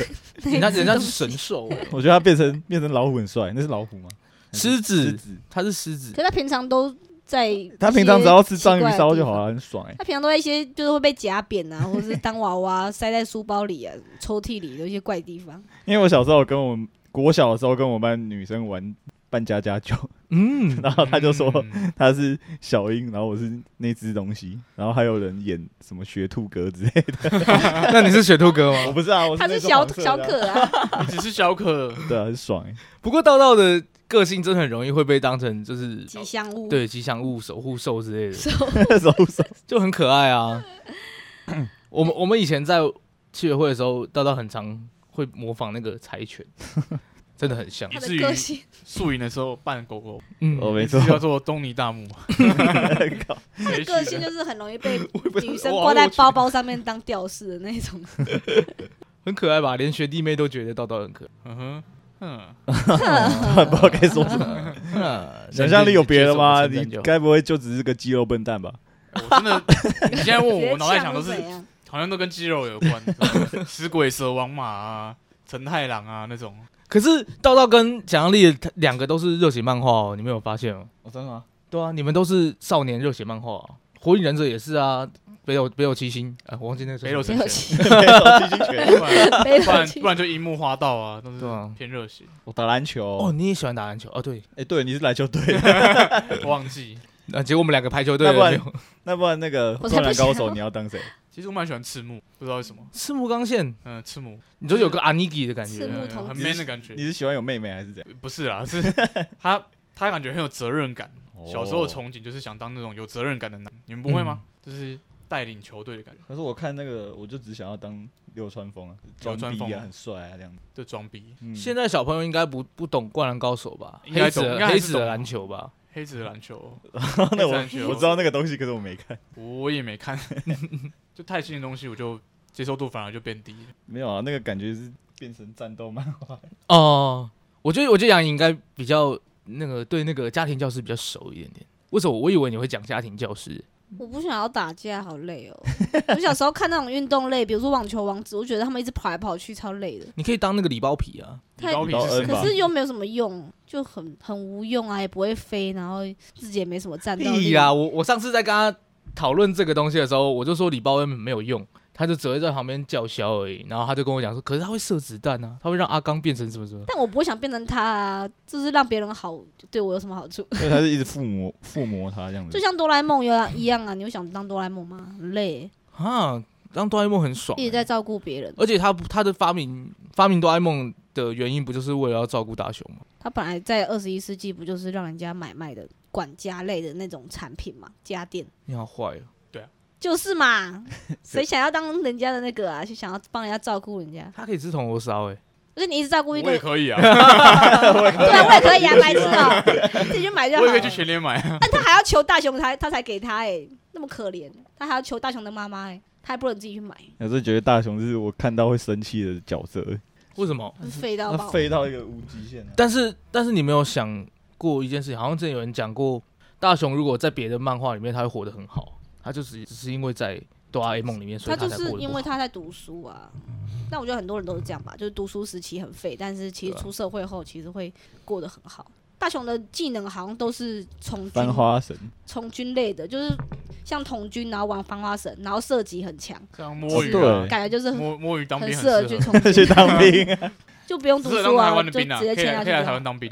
Speaker 2: 人家人家是神兽欸，
Speaker 3: 我觉得它变成变成老虎很帅，那是老虎吗？
Speaker 2: 狮
Speaker 3: 狮
Speaker 2: 子，
Speaker 3: 子。
Speaker 2: 他是狮子
Speaker 1: 可。他平常都在，
Speaker 3: 它平常只要吃章鱼烧就好
Speaker 1: 了。
Speaker 3: 了，很爽哎、
Speaker 1: 他平常都在一些就是会被夹扁啊，或者是当娃娃塞在书包里啊、抽屉里的一些怪地方。
Speaker 3: 因为我小时候跟我们国小的时候跟我们班女生玩扮家家酒，
Speaker 2: 嗯，
Speaker 3: 然后她就说
Speaker 4: 嗯
Speaker 3: 她是小樱，然后我是那只东西，然后还有人演什么学兔哥之类的。
Speaker 2: 那你是雪兔哥
Speaker 3: 我
Speaker 2: 吗？
Speaker 3: 不是啊，我
Speaker 1: 他
Speaker 3: 是那
Speaker 1: 是
Speaker 3: 种
Speaker 1: 小
Speaker 3: 黄色的
Speaker 1: 小
Speaker 3: 啊，
Speaker 1: 可啊，
Speaker 4: 你只是小可，
Speaker 3: 对啊，很爽 哎、
Speaker 2: 不过道道的个性真的很容易会被当成就是
Speaker 1: 吉祥物。
Speaker 2: 对吉祥物、守护兽之类的。
Speaker 1: So，
Speaker 3: 欸，手手
Speaker 2: 就很可爱啊。我们我们以前在七月会的时候，道道很常会模仿那个柴犬，真的 很像。
Speaker 1: 他
Speaker 4: 至
Speaker 1: 的
Speaker 4: 于
Speaker 1: 个性
Speaker 4: 宿营的时候扮狗狗，
Speaker 2: 嗯，
Speaker 3: 哦没错
Speaker 4: 名字叫做东 尼大木。
Speaker 1: 他的个
Speaker 4: 谁取
Speaker 1: 性
Speaker 4: 的
Speaker 1: 就是很容易被
Speaker 2: 会
Speaker 1: 女生挂在包包上面当吊饰的那种。
Speaker 2: 很可爱吧？连学弟妹都觉得道道很可
Speaker 4: 嗯哼，嗯，
Speaker 3: 不知道该说什么。
Speaker 2: 爱。
Speaker 3: 想象力有别的吗？
Speaker 2: 能接受我
Speaker 3: 你
Speaker 2: 的称赞就好
Speaker 3: 该不会就只是个肌肉笨蛋吧？
Speaker 4: 我真的，你现在问
Speaker 1: 直接
Speaker 4: 我，我脑袋
Speaker 1: 呛
Speaker 4: 想都
Speaker 1: 是
Speaker 4: 是
Speaker 1: 怎样
Speaker 4: 好像都跟肌肉有关，你知道吗食鬼蛇王马啊、陈太郎啊 那种。
Speaker 2: 可是道道跟想象力他两个都是热血漫画哦，你们有发现吗？
Speaker 3: 我真的吗？
Speaker 2: 对啊，你们都是少年热血漫画、哦，《火影忍者》也是啊，北斗北斗七星，啊，我忘记那个
Speaker 4: 北斗
Speaker 2: 七
Speaker 1: 没
Speaker 4: 神
Speaker 1: 有
Speaker 4: 拳，
Speaker 1: 气，
Speaker 4: 不然
Speaker 1: 没
Speaker 4: 不
Speaker 1: 有
Speaker 4: 然
Speaker 1: 气
Speaker 4: 不。然就樱木花道啊，都是
Speaker 2: 对啊
Speaker 4: 偏热血。
Speaker 3: 我打篮球
Speaker 2: 哦，
Speaker 3: 哦。
Speaker 2: 你也喜欢打篮球哦？对，
Speaker 3: 哎，对，你是篮球队的，
Speaker 4: 我忘记，
Speaker 2: 那、啊结果我们两个排球队
Speaker 3: 那不
Speaker 2: 的
Speaker 3: 然
Speaker 2: 没有，
Speaker 3: 那不然那个
Speaker 1: 我才
Speaker 3: 灌篮高
Speaker 1: 不想
Speaker 3: 手
Speaker 1: 要
Speaker 3: 你要当谁？
Speaker 4: 其实我蛮喜欢赤木，不知道为什么。
Speaker 2: 赤木刚宪，
Speaker 4: 嗯，赤木
Speaker 2: 你说有个阿尼基的感觉，
Speaker 1: 赤木
Speaker 4: 嗯
Speaker 1: 童
Speaker 4: 很
Speaker 1: 子
Speaker 4: man 的感觉
Speaker 3: 你，是喜欢有妹妹还是怎样？
Speaker 4: 不是 啦，是他他感觉很有责任感。 小时候
Speaker 3: 哦
Speaker 4: 的，憧憬就是想当那种有责任感的男，你们不会吗？
Speaker 3: 嗯
Speaker 4: 就是带领球队的感觉，
Speaker 3: 可是我看那个，我就只想要当流川枫啊，
Speaker 4: 流川枫
Speaker 3: 装逼啊，很帅啊这样子。
Speaker 4: 就装逼。
Speaker 3: 嗯
Speaker 2: 现在小朋友应该不不懂《灌篮高手》吧？
Speaker 4: 应该
Speaker 2: 黑子
Speaker 4: 懂应
Speaker 2: 的
Speaker 4: 该还
Speaker 2: 黑
Speaker 4: 是
Speaker 2: 子的
Speaker 4: 懂
Speaker 2: 篮球吧？
Speaker 4: 黑子的篮球，
Speaker 3: 那我
Speaker 4: 黑子篮球
Speaker 3: 我知道那个东西，可是我没看。
Speaker 4: 我也没看， 就太新的东西我就接受度反而就变低了。
Speaker 3: 没有啊，那个感觉是变成战斗漫画。
Speaker 2: 哦、我觉得我觉得杨颖应该比较那个对那个家庭教师比较熟一点点。为什么？我以为你会讲家庭教师。
Speaker 1: 我不想要打架，好累哦。我小时候看那种运动类，比如说网球王子，我觉得他们一直跑来跑去，超累的。
Speaker 2: 你可以当那个礼包皮啊，
Speaker 1: 太
Speaker 4: 李高平是谁
Speaker 3: 李高
Speaker 1: 可
Speaker 3: 恩吧
Speaker 1: 是又没有什么用，就很很无用啊，也不会飞，然后自己也没什么战斗
Speaker 2: 屁
Speaker 1: 力。
Speaker 2: 啦！我我上次在跟他讨论这个东西的时候，我就说礼包恩没有用，他就只会在旁边叫嚣而已。然后他就跟我讲说，可是他会射子弹啊，他会让阿刚变成什么什么。
Speaker 1: 但我不会想变成他啊，就是让别人好，对我有什么好处？
Speaker 3: 所以他是一直附魔附魔他这样子。
Speaker 1: 就像哆啦 A 梦一样一样啊，你会想当哆啦 A 梦吗？很累，欸
Speaker 2: 啊，当哆啦 A 梦很爽、
Speaker 1: 一直在照顾别人。
Speaker 2: 而且他他的发明发明哆啦 A 梦的原因，不就是为了要照顾大雄吗？
Speaker 1: 他本来在二十一世纪不就是让人家买卖的管家类的那种产品嘛，家电
Speaker 2: 你好坏哦。
Speaker 1: 就是嘛。谁想要当人家的那个啊？就想要帮人家照顾人家，
Speaker 2: 他可以吃铜锣烧哎，
Speaker 1: 而且你一直照顾一
Speaker 4: 我
Speaker 1: 个
Speaker 4: 也，可以啊，
Speaker 1: 对啊，我也可以啊，白痴哦、自己去买就好
Speaker 4: 我也
Speaker 1: 了
Speaker 4: 可以。去全联买 啊。
Speaker 1: 但他还要求大雄才他才给他哎、那么可怜，他还要求大雄的妈妈哎、他还不能自己去买，
Speaker 3: 我是觉得大雄是我看到会生气的角色，
Speaker 2: 为什么？
Speaker 1: 废到
Speaker 3: 他
Speaker 1: 爆。
Speaker 3: 废到一个无极 限啊！
Speaker 2: 但是但是你没有想过一件事情，好像之前有人讲过，大雄如果在别的漫画里面他会活得很好，他就只只是因为在哆啦 A 梦里面，
Speaker 1: 他
Speaker 2: 所以
Speaker 1: 就
Speaker 2: 才
Speaker 1: 是
Speaker 2: 过得
Speaker 1: 因
Speaker 2: 不
Speaker 1: 为
Speaker 2: 好。
Speaker 1: 他在读书啊，那我觉得很多人都是这样吧，就是读书时期很废，但是其实
Speaker 2: 对啊
Speaker 1: 出社会后其实会过得很好。大雄的技能好像都是从军
Speaker 3: 翻花神，
Speaker 1: 从军类的，就是像童军，然后玩翻花绳，然后射击很强，
Speaker 4: 像摸鱼啊
Speaker 3: 对，
Speaker 1: 感觉就是很
Speaker 4: 摸摸鱼当兵
Speaker 1: 很
Speaker 4: 很
Speaker 1: 适合去
Speaker 4: 适合，
Speaker 1: 从
Speaker 3: 去
Speaker 1: 军，
Speaker 3: 当兵啊！
Speaker 1: 就不用
Speaker 4: 适
Speaker 1: 读
Speaker 4: 合
Speaker 1: 书
Speaker 4: 当台
Speaker 1: 啊，
Speaker 4: 湾的
Speaker 1: 就
Speaker 4: 兵啊，
Speaker 1: 直
Speaker 4: 可
Speaker 1: 接
Speaker 4: 以
Speaker 1: 签下
Speaker 4: 来
Speaker 1: 去
Speaker 4: 可以
Speaker 1: 就
Speaker 4: 来台
Speaker 1: 好
Speaker 4: 湾。当兵，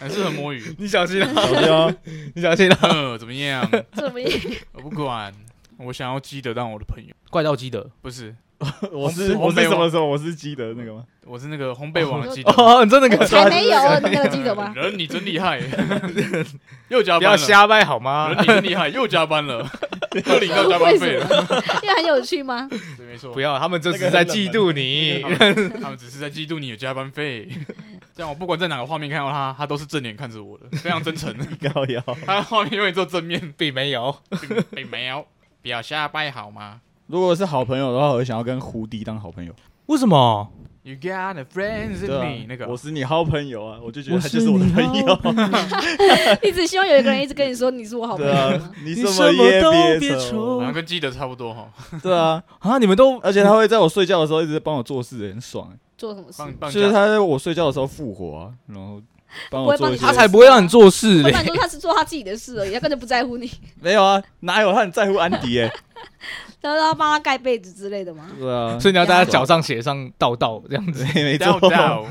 Speaker 4: 很适合摸鱼。
Speaker 2: 你小心啊！
Speaker 3: 小心哦，
Speaker 2: 你小心啊！
Speaker 4: 呃，怎么样？
Speaker 1: 这
Speaker 4: 啊
Speaker 1: 么一
Speaker 4: 我不管，我想要积德当我的朋友，
Speaker 2: 怪盗基德
Speaker 4: 不是，
Speaker 3: 我是
Speaker 4: 红
Speaker 3: 我
Speaker 4: 背
Speaker 3: 是什
Speaker 4: 王
Speaker 3: 么时候？我是基德那个吗？
Speaker 4: 我是那个烘焙王的积德。
Speaker 2: 哦，你真的 可
Speaker 1: 才没有啊，你有记得 吗？
Speaker 4: 人你真厉害，又加
Speaker 2: 不要
Speaker 4: 班了。
Speaker 2: 瞎掰好吗
Speaker 4: 人？你真厉害，又加班了。要领到加班费了。
Speaker 1: 因为很有趣吗？
Speaker 4: 对，没错，
Speaker 2: 不要，他们这是在嫉妒你
Speaker 4: 他。们他们只是在嫉妒你有加班费。这样我不管在哪个画面看到他，他都是正脸看着我的，非常 真诚。
Speaker 3: 高腰。
Speaker 4: 他的画面永远做正面，
Speaker 2: 并没有，
Speaker 4: 并并没有。不要瞎掰好吗
Speaker 3: 如果是好朋友的话，我会想要跟胡迪当好朋友。
Speaker 2: 为什么？
Speaker 4: ？You got a friend in
Speaker 3: 对啊
Speaker 4: me，那个
Speaker 3: 我是你好朋友啊，我就觉得他就是我的朋友。
Speaker 1: 一直希望有一个人一直跟你说你是我好朋 友
Speaker 3: 对啊
Speaker 1: 吗？，
Speaker 3: 你
Speaker 2: 你
Speaker 3: 什
Speaker 2: 什么
Speaker 3: 也
Speaker 2: 都
Speaker 3: 别
Speaker 2: 别
Speaker 3: 愁。
Speaker 4: 好像
Speaker 2: 愁
Speaker 4: 跟记得差不多哈。
Speaker 3: 对啊，
Speaker 2: 啊！你们都
Speaker 3: 而且他会在我睡觉的时候一直帮我做事，很爽欸。
Speaker 1: 做什么事
Speaker 4: 帮？帮
Speaker 3: 就是
Speaker 4: 加
Speaker 3: 他在我睡觉的时候复活啊，然后帮我做一些
Speaker 1: 不会
Speaker 2: 他
Speaker 1: 帮你
Speaker 2: 才不会让你做事
Speaker 1: 他
Speaker 2: 嘞。
Speaker 1: 然说他是做他自己的事而已，他根本不在乎你。
Speaker 3: 没有啊，哪有他很在乎安迪哎、
Speaker 1: 然后让他帮他盖被子之类的吗？
Speaker 3: 对 啊，
Speaker 2: 所以你要在他脚上写上“道道”这样子。
Speaker 3: 以没
Speaker 4: 掉
Speaker 3: 错，
Speaker 4: 掉，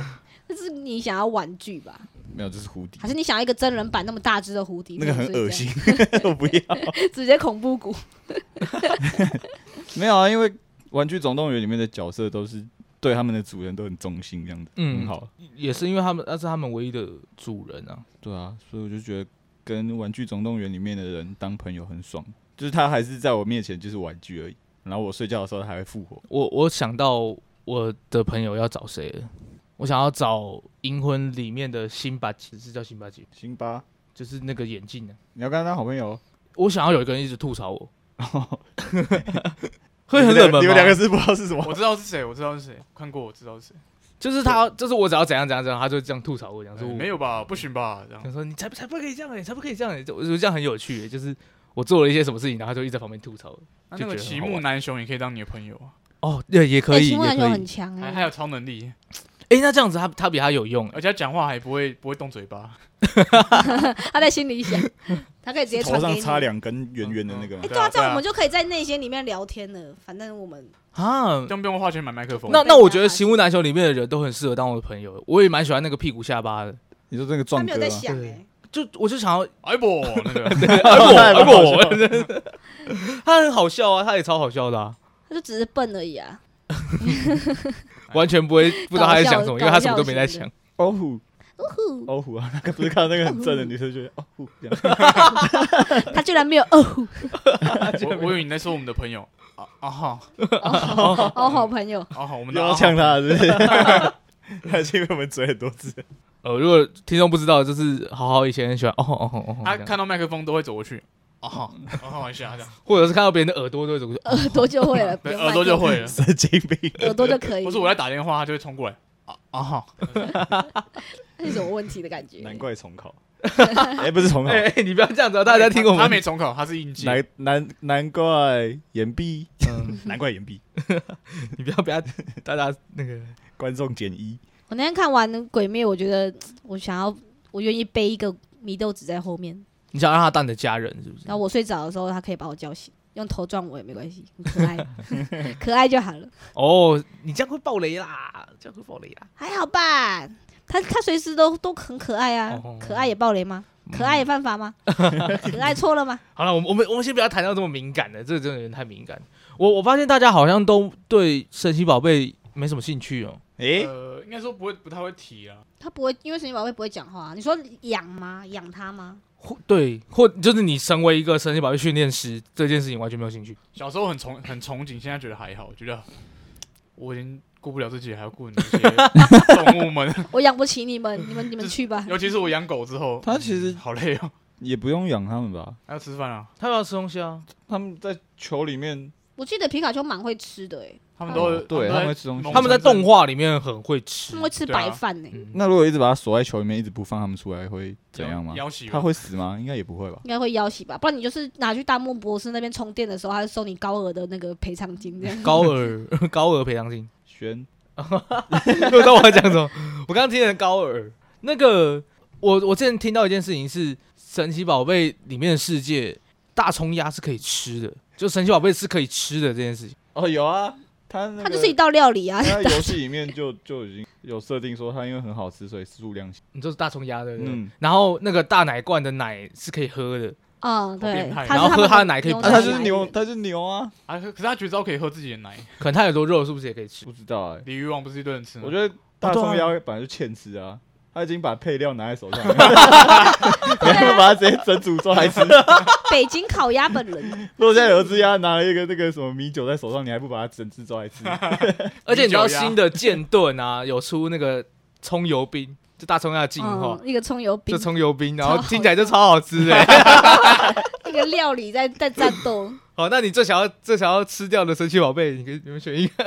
Speaker 1: 这是你想要玩具吧？
Speaker 3: 没有，这是胡迪
Speaker 1: 还，是你想要一个真人版那么大只的蝴蝶？
Speaker 3: 那个很
Speaker 1: 所以这样
Speaker 3: 恶，心， 我不要。
Speaker 1: 直接恐怖谷。
Speaker 3: 没有啊，因为《玩具总动员》里面的角色都是对他们的主人都很忠心，这样子，
Speaker 2: 嗯
Speaker 3: 很好。
Speaker 2: 也是因为他们那是他们唯一的主人啊。
Speaker 3: 对啊，所以我就觉得跟《玩具总动员》里面的人当朋友很爽，就是他还是在我面前就是玩具而已，然后我睡觉的时候他还会复活。
Speaker 2: 我我想到我的朋友要找谁了，我想要找《银魂》里面的辛巴吉，是叫辛巴吉，
Speaker 3: 辛巴，
Speaker 2: 就是那个眼镜的、
Speaker 3: 你要跟他当好朋友，
Speaker 2: 我想要有一个人一直吐槽我， 会很冷门
Speaker 3: 你们两个是
Speaker 2: 吗？
Speaker 3: 不知道是什么
Speaker 4: 我知道是谁，我知道是谁，看过我知道是谁。
Speaker 2: 就是他，就是我只要怎样怎样怎样，他就会这样吐槽我，讲
Speaker 4: 呃
Speaker 2: 说我
Speaker 4: 没有吧？不行吧？这样
Speaker 2: 想说你才不才不可以这样欸，你才不可以这样欸，就我觉得这样很有趣欸，就是我做了一些什么事情，然后他就一直在旁边吐槽。
Speaker 4: 那
Speaker 2: 就
Speaker 4: 那个
Speaker 2: 觉得很
Speaker 4: 奇
Speaker 2: 好
Speaker 4: 木
Speaker 2: 玩
Speaker 4: 南雄也可以当你的朋友啊，
Speaker 2: 哦，对，也可
Speaker 1: 欸
Speaker 2: 以，
Speaker 1: 新木
Speaker 2: 也
Speaker 1: 篮
Speaker 2: 可
Speaker 1: 球
Speaker 2: 以。
Speaker 1: 很强
Speaker 4: 还还
Speaker 1: 哎，
Speaker 4: 有超能力，
Speaker 2: 哎、那这样子他他比他有用欸，
Speaker 4: 而且他讲话还不会不会动嘴巴，
Speaker 1: 他在心里 想，他可以直接
Speaker 3: 头
Speaker 1: 传给
Speaker 3: 上
Speaker 1: 你。
Speaker 3: 插两根圆圆的那个吗
Speaker 1: 哎，
Speaker 4: 嗯嗯
Speaker 1: 对啊，
Speaker 4: 对啊
Speaker 1: 这样我们就可以在内心里面聊天了。反正我们
Speaker 2: 啊
Speaker 4: 这。样不用花钱买麦克风。
Speaker 2: 那
Speaker 1: 被
Speaker 2: 那我
Speaker 1: 他
Speaker 2: 觉得《
Speaker 1: 发
Speaker 2: 行
Speaker 1: 现
Speaker 2: 屋难求》里面的人都很适合当我的朋友欸，我也蛮喜欢那个屁股下巴的。
Speaker 3: 你说那个
Speaker 1: 他
Speaker 3: 壮
Speaker 1: 没
Speaker 3: 哥啊
Speaker 1: 有
Speaker 3: 吗
Speaker 1: 在想
Speaker 2: 对
Speaker 1: 哎，
Speaker 2: 就我就 想要
Speaker 4: 哎不，那 个
Speaker 2: 哎不我哎不我， 他很好笑啊，他也超好笑的啊，
Speaker 1: 他就只是笨而已啊。
Speaker 4: 哎
Speaker 2: 完全不会不知道他在想什
Speaker 1: 搞笑
Speaker 2: 么，因为他什么都没在
Speaker 1: 搞笑
Speaker 2: 想。
Speaker 3: 哦呼
Speaker 1: 呜呼，
Speaker 3: 哦呼啊，那个不是看到那个很正的女生就觉得哦呼这样，
Speaker 1: 他居然没有哦 呼
Speaker 4: 我我以为你在说我们的朋友啊啊哈
Speaker 1: 哦哦好朋友，
Speaker 4: 啊好，我们
Speaker 3: 又
Speaker 4: 的
Speaker 3: 要
Speaker 4: 啊
Speaker 3: 呛他是不 是？还是因为我们嘴很多字，
Speaker 2: 呃，如果听众不知道，就是好好以前很喜欢哦哦哦哦
Speaker 4: 哈
Speaker 2: 哦
Speaker 4: 他
Speaker 2: 这样，
Speaker 4: 看到麦克风都会走过去啊哈啊哈一下这样，
Speaker 2: 或者是看到别人的耳朵都会走过去。
Speaker 1: 耳朵就会了，不
Speaker 4: 对，
Speaker 1: 用
Speaker 4: 耳朵就
Speaker 1: 慢
Speaker 4: 会了。
Speaker 3: 神经病。
Speaker 1: 动，耳朵就可以。
Speaker 4: 不是我在打电话，他就会冲过来啊啊哈，
Speaker 1: 那是什么问题的感觉？
Speaker 3: 难怪重考， 哎，不是重考，
Speaker 2: 哎哎，你不要这样子哦，大家听我
Speaker 4: 他
Speaker 2: 们
Speaker 4: 没重考，他是应届，
Speaker 3: 难难难怪岩壁，
Speaker 2: 嗯
Speaker 3: 难怪岩壁，
Speaker 2: 你不要不要，大家那个
Speaker 3: 观众减一。
Speaker 1: 我那天看完《鬼灭》，我觉得我想要，我愿意背一个祢豆子在后面，
Speaker 2: 你想让他当你的家人是不是？
Speaker 1: 然后我睡着的时候，他可以把我叫醒，用头撞我也没关系，很可爱， 可爱就好了，
Speaker 2: 哦，你这样会爆雷啦，这样会爆雷啦。
Speaker 1: 还好吧？他他随时都都很可爱啊
Speaker 2: 哦，
Speaker 1: 可爱也暴雷吗？可
Speaker 4: 嗯
Speaker 1: 爱也犯法 吗？可爱错了吗？
Speaker 2: 嗯好了，我们我们我们先不要谈到这么敏感的，这个真的有点太敏感。我我发现大家好像都对神奇宝贝没什么兴趣哦。
Speaker 3: 哎，
Speaker 4: 呃，应该说不会不太会提啊，
Speaker 1: 他不会，因为神奇宝贝不会讲话啊、你说养吗？养它吗？
Speaker 2: 或对，或就是你身为一个神奇宝贝训练师，这件事情完全没有兴趣。
Speaker 4: 小时候很憧很憧憬，现在觉得还好，我觉得我已经顾不了自己，还要 顾那些动物们，
Speaker 1: 我养不起你们，你们你们去吧。
Speaker 4: 尤其是我养狗之后，
Speaker 3: 他其实
Speaker 4: 好累哦，
Speaker 3: 也不用养他们吧，
Speaker 4: 还要吃饭啊，
Speaker 2: 嗯他们要吃东西啊，
Speaker 3: 他们在球里面，
Speaker 1: 我记得皮卡丘蛮会吃的、欸，
Speaker 4: 他们都
Speaker 3: 哦对他
Speaker 4: 他
Speaker 3: 们
Speaker 4: 在
Speaker 3: 会吃东西
Speaker 4: 农
Speaker 2: 他们在
Speaker 4: 村
Speaker 2: 动画里面很会吃
Speaker 1: 他们。会吃
Speaker 4: 对啊
Speaker 1: 白饭呢、欸
Speaker 2: 嗯
Speaker 3: 那如果一直把它锁在球里面，一直不放他们出来，会怎样吗？
Speaker 4: 要要挟
Speaker 3: 它
Speaker 4: 我，
Speaker 3: 会死吗？应该也不会吧。
Speaker 1: 应该会要挟吧，不然你就是拿去大木博士那边充电的时候，他就收你高额的那个赔偿金这 样。
Speaker 2: 高尔高尔赔偿金，
Speaker 3: 轩，
Speaker 2: 我知道我要讲什么。我刚刚听成高尔那个，我我之前听到一件事情是，神奇宝贝里面的世界大葱鸭是可以吃的，就神奇宝贝是可以吃的这件事情。
Speaker 3: 哦，有啊，他那
Speaker 1: 它就是一道料理 啊，
Speaker 3: 他在游戏里面 就就已经有设定说，它因为很好吃，所以数量限
Speaker 2: 你就是大葱鸭对不对？
Speaker 3: 嗯
Speaker 2: 然后那个大奶罐的奶是可以喝的，
Speaker 1: 嗯，对
Speaker 4: 变，态
Speaker 1: 它
Speaker 2: 然
Speaker 1: 是
Speaker 2: 后
Speaker 1: 哦他
Speaker 2: 喝
Speaker 1: 们
Speaker 2: 它的奶可以
Speaker 1: 牛
Speaker 2: 那
Speaker 3: 啊，它
Speaker 2: 它
Speaker 1: 奶
Speaker 3: 是
Speaker 1: 来
Speaker 3: 牛，
Speaker 1: 源
Speaker 3: 它是牛啊，
Speaker 4: 啊，可可是他绝招可以喝自己的奶，
Speaker 2: 可能它有多肉是不是也可以吃？
Speaker 3: 不知道哎，
Speaker 4: 鲤鱼王不是一堆人吃吗？
Speaker 3: 我觉得大葱鸭本来就欠吃啊，他已经把配料拿在手上了，你还要把它直接整组抓来吃。
Speaker 1: 北京烤鸭本 人，
Speaker 3: 若现在有只鸭拿了一个那个什么米酒在手上，你还不把它整只抓来吃？
Speaker 2: 而且你知道
Speaker 4: 米酒鸭
Speaker 2: 新的剑盾啊， 有出那个葱油饼，就大葱要进化
Speaker 1: 嗯，，一个葱油饼
Speaker 2: 就，葱油饼，然
Speaker 1: 超
Speaker 2: 后
Speaker 1: 好
Speaker 2: 听起来就超好 吃哎。
Speaker 1: 一个料理在在战斗，
Speaker 2: 好，那你最想要最想要吃掉的神奇宝贝，你可以你们选一个。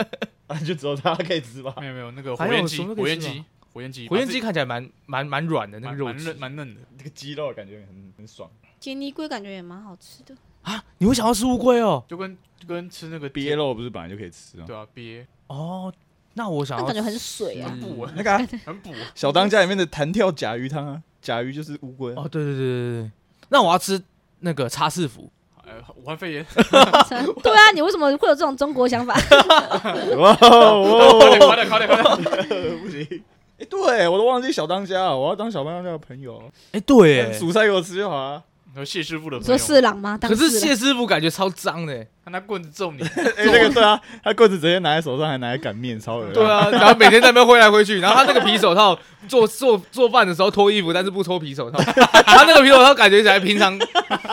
Speaker 3: 啊，就只有它可以吃吧。
Speaker 4: 没有没有那个火
Speaker 2: 还有
Speaker 4: 焰
Speaker 2: 什
Speaker 4: 鸡，
Speaker 2: 么
Speaker 4: 火
Speaker 2: 可以
Speaker 4: 焰
Speaker 2: 吃吗
Speaker 4: 鸡，火焰鸡，
Speaker 2: 火焰鸡看起来蛮蛮蛮软的那个
Speaker 4: 蛮
Speaker 2: 肉
Speaker 4: 蛮
Speaker 2: 质
Speaker 4: 嫩蛮嫩的，
Speaker 3: 这个鸡肉感觉很很爽，
Speaker 1: 杰尼龟感觉也蛮好吃的，
Speaker 2: 啊！你会想要吃乌龟哦？
Speaker 4: 就跟就跟吃那个
Speaker 3: 鳖
Speaker 4: 甜，
Speaker 3: 肉不是本来就可以吃吗？
Speaker 4: 对啊，鳖
Speaker 2: 哦，那我想
Speaker 1: 那
Speaker 2: 要
Speaker 1: 感觉很水啊
Speaker 2: 嗯。
Speaker 4: 补啊
Speaker 3: 那个啊、
Speaker 4: 很补啊，
Speaker 3: 小当家里面的弹跳甲鱼汤啊，甲鱼就是乌龟、啊。
Speaker 2: 哦，对对对对对，那我要吃那个叉士服，
Speaker 4: 呃，武汉肺炎，
Speaker 1: 对啊，你为什么会有这种中国想法？
Speaker 3: 哇哦，
Speaker 4: 快点快点快点快点，
Speaker 3: 不行。哎，对我都忘记小当家了，我要当小当家的朋友，
Speaker 2: 哎，对耶，
Speaker 3: 煮菜给我吃就好啊。
Speaker 4: 你说谢师傅的
Speaker 1: 你
Speaker 4: 朋
Speaker 1: 说
Speaker 4: 友，
Speaker 1: 四郎吗？当
Speaker 2: 可是
Speaker 1: 四郎
Speaker 2: 谢师傅感觉超脏的耶，
Speaker 4: 他拿棍子揍你，
Speaker 3: 哎，那个对啊，他棍子直接拿在手上，还拿来擀面，超恶心。
Speaker 2: 对啊，然后每天在那边挥来挥去，然后他那个皮手套做做做饭的时候脱衣服，但是不脱皮手套， 他那个皮手套感觉起来平常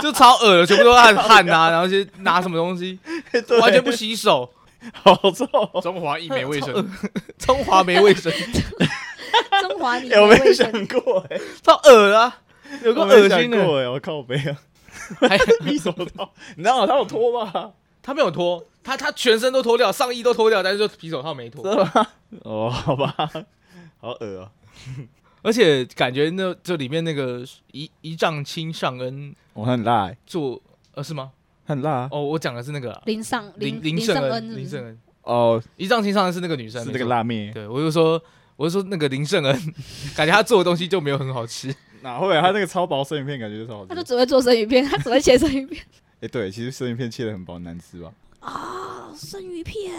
Speaker 2: 就超恶的，全部都汗汗啊，然后就拿什么东西，
Speaker 3: 哎对，
Speaker 2: 完全不洗手，
Speaker 3: 好 臭哦。
Speaker 4: 中华一美卫生，
Speaker 2: 中华没卫生，
Speaker 1: 中华你
Speaker 3: 哎，我
Speaker 1: 没
Speaker 3: 没
Speaker 1: 卫
Speaker 3: 想
Speaker 1: 生，
Speaker 3: 过哎，
Speaker 2: 超恶啊，有个
Speaker 3: 我
Speaker 2: 恶
Speaker 3: 没想
Speaker 2: 心的，
Speaker 3: 过哎，我靠背啊，
Speaker 2: 还
Speaker 3: 匕手套， 你知道他有脱吧？
Speaker 2: 他没有脱，他他全身都脱掉，上衣都脱掉，但是啊就皮手套没脱，
Speaker 3: 哦，好吧，好恶啊。
Speaker 2: 而且感觉那这里面那个一一丈青上恩
Speaker 3: 我很辣欸，
Speaker 2: 做呃是吗？
Speaker 3: 很辣啊。
Speaker 2: 哦，我讲的是那个啊
Speaker 1: 林上
Speaker 2: 林
Speaker 1: 林
Speaker 2: 圣
Speaker 1: 上恩，
Speaker 2: 林圣恩，
Speaker 3: 哦，
Speaker 2: 一丈青上恩是那个女生，
Speaker 3: 是
Speaker 2: 没
Speaker 3: 那个
Speaker 2: 错
Speaker 3: 辣妹，
Speaker 2: 对，我就说，我就说那个林圣恩， 感觉他做的东西就没有很好吃。
Speaker 3: 哪会啊？他那个超薄生鱼片，感觉就超好
Speaker 1: 他就
Speaker 3: 吃。
Speaker 1: 只会做生鱼片，他只会切生鱼 片
Speaker 3: 哎，对，其实生鱼片切的很薄，很难吃吧？
Speaker 1: 啊，生鱼片。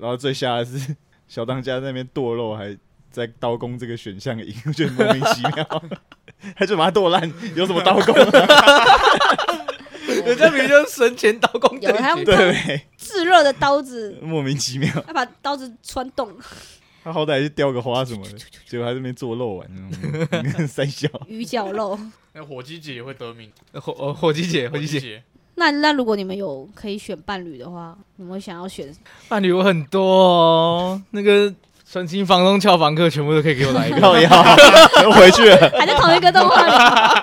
Speaker 3: 然后最瞎的是 小当家在那边剁肉，还在刀工这个选项赢，我觉得莫名其 妙。他就把它剁烂，有什么刀 工、啊？
Speaker 2: 人家明明就是神前刀工对
Speaker 1: 有他用
Speaker 2: 决，
Speaker 3: 对没？
Speaker 1: 炙热的刀子，
Speaker 3: 莫名其妙。
Speaker 1: 他把刀子穿洞，
Speaker 3: 他好歹去雕个花什么的，结果他这边做肉丸， 嗯三小。
Speaker 1: 鱼绞肉。那
Speaker 4: 那火鸡姐也会得名，
Speaker 2: 火哦火鸡姐，火
Speaker 4: 火
Speaker 2: 鸡
Speaker 4: 鸡
Speaker 2: 姐，
Speaker 4: 姐，
Speaker 1: 那那如果你们有可以选伴侣的话，你们会想要选？
Speaker 2: 伴侣有很多哦，那个纯情房东俏房客全部都可以给我来一个。
Speaker 3: 靠腰，我回去了。
Speaker 1: 还在同一个动画里？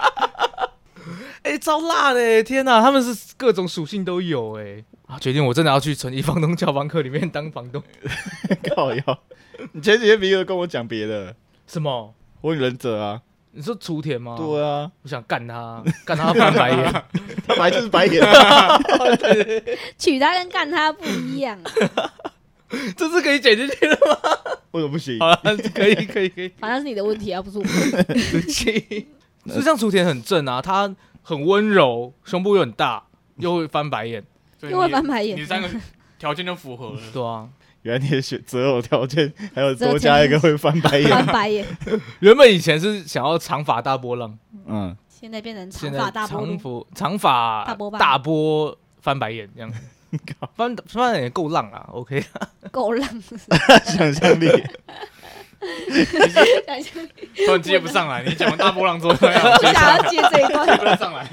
Speaker 2: 哎、超辣的耶，天哪，他们是各种属性都有哎。啊，决定我真的要去纯情房东俏房客里面当房东。
Speaker 3: 靠腰，你前几天没有跟我讲别的，
Speaker 2: 什么？
Speaker 3: 火影忍者啊？
Speaker 2: 你说雏田吗？
Speaker 3: 对啊，
Speaker 2: 我想干 他，干他翻白眼。
Speaker 3: 他本来就是白眼。啊
Speaker 1: 娶她跟干她不一样啊，
Speaker 2: 这是可以剪进去的吗？
Speaker 3: 为什么不行？
Speaker 2: 好了，可以，可以，可以。
Speaker 1: 反正是你的问题啊，不是我们。
Speaker 2: 对不起。 就像雏田很正啊，他很温柔，胸部又很大，又会翻白眼，
Speaker 4: 所以
Speaker 1: 又会
Speaker 4: 你
Speaker 1: 翻白眼
Speaker 4: 你三个条件都符合 了，
Speaker 2: 对啊。
Speaker 3: 原来你的选择偶条件还有多加一个会翻白
Speaker 4: 哎
Speaker 1: 翻
Speaker 3: 眼。
Speaker 1: 白眼，
Speaker 2: 原本以前是想要长发大波浪，
Speaker 3: 嗯，
Speaker 1: 现在变成
Speaker 2: 现
Speaker 1: 长
Speaker 2: 在
Speaker 1: 发大波
Speaker 2: 长
Speaker 1: 浪。
Speaker 2: 发长发
Speaker 1: 大波浪
Speaker 2: 大波翻白眼这 样子
Speaker 3: 靠，
Speaker 2: 翻翻白眼够浪啊，OK。
Speaker 1: 够浪，
Speaker 3: 想象力。
Speaker 1: 感觉
Speaker 4: 突然接不上来，你讲 完大波浪之后，突然
Speaker 1: 我
Speaker 4: 接上
Speaker 1: 想
Speaker 4: 来
Speaker 1: 要接这一段
Speaker 4: 不能上来。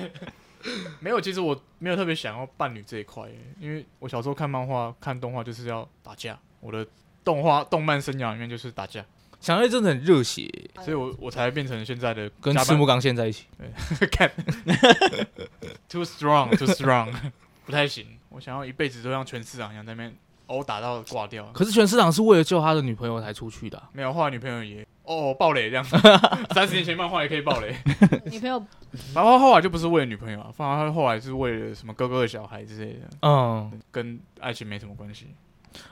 Speaker 4: 没有，其实我没有特别想要伴侣这一块耶，因为我小时候看漫画、看动画就是要打架，我的动画、动漫生涯里面就是打架，
Speaker 2: 想要真的很热血，
Speaker 1: 哎
Speaker 4: 所以我我才变成现在的
Speaker 2: 跟
Speaker 4: 加
Speaker 2: 赤
Speaker 4: 班
Speaker 2: 木刚宪在一起。
Speaker 4: 看 ，too strong，too strong，不 太行。我想要一辈子都像全市长一样在那边殴打到挂掉。
Speaker 2: 可是全市长是为了救他的女朋友才出去的啊、
Speaker 4: 没有，后来女朋友也哦暴雷 这样，三十年前漫画也可以暴雷。
Speaker 1: 女朋友
Speaker 4: 然后后来就不是为了女朋友啊，反而后来是为了什么哥哥的小孩之类的，
Speaker 2: 嗯，
Speaker 4: 跟爱情没什么关系。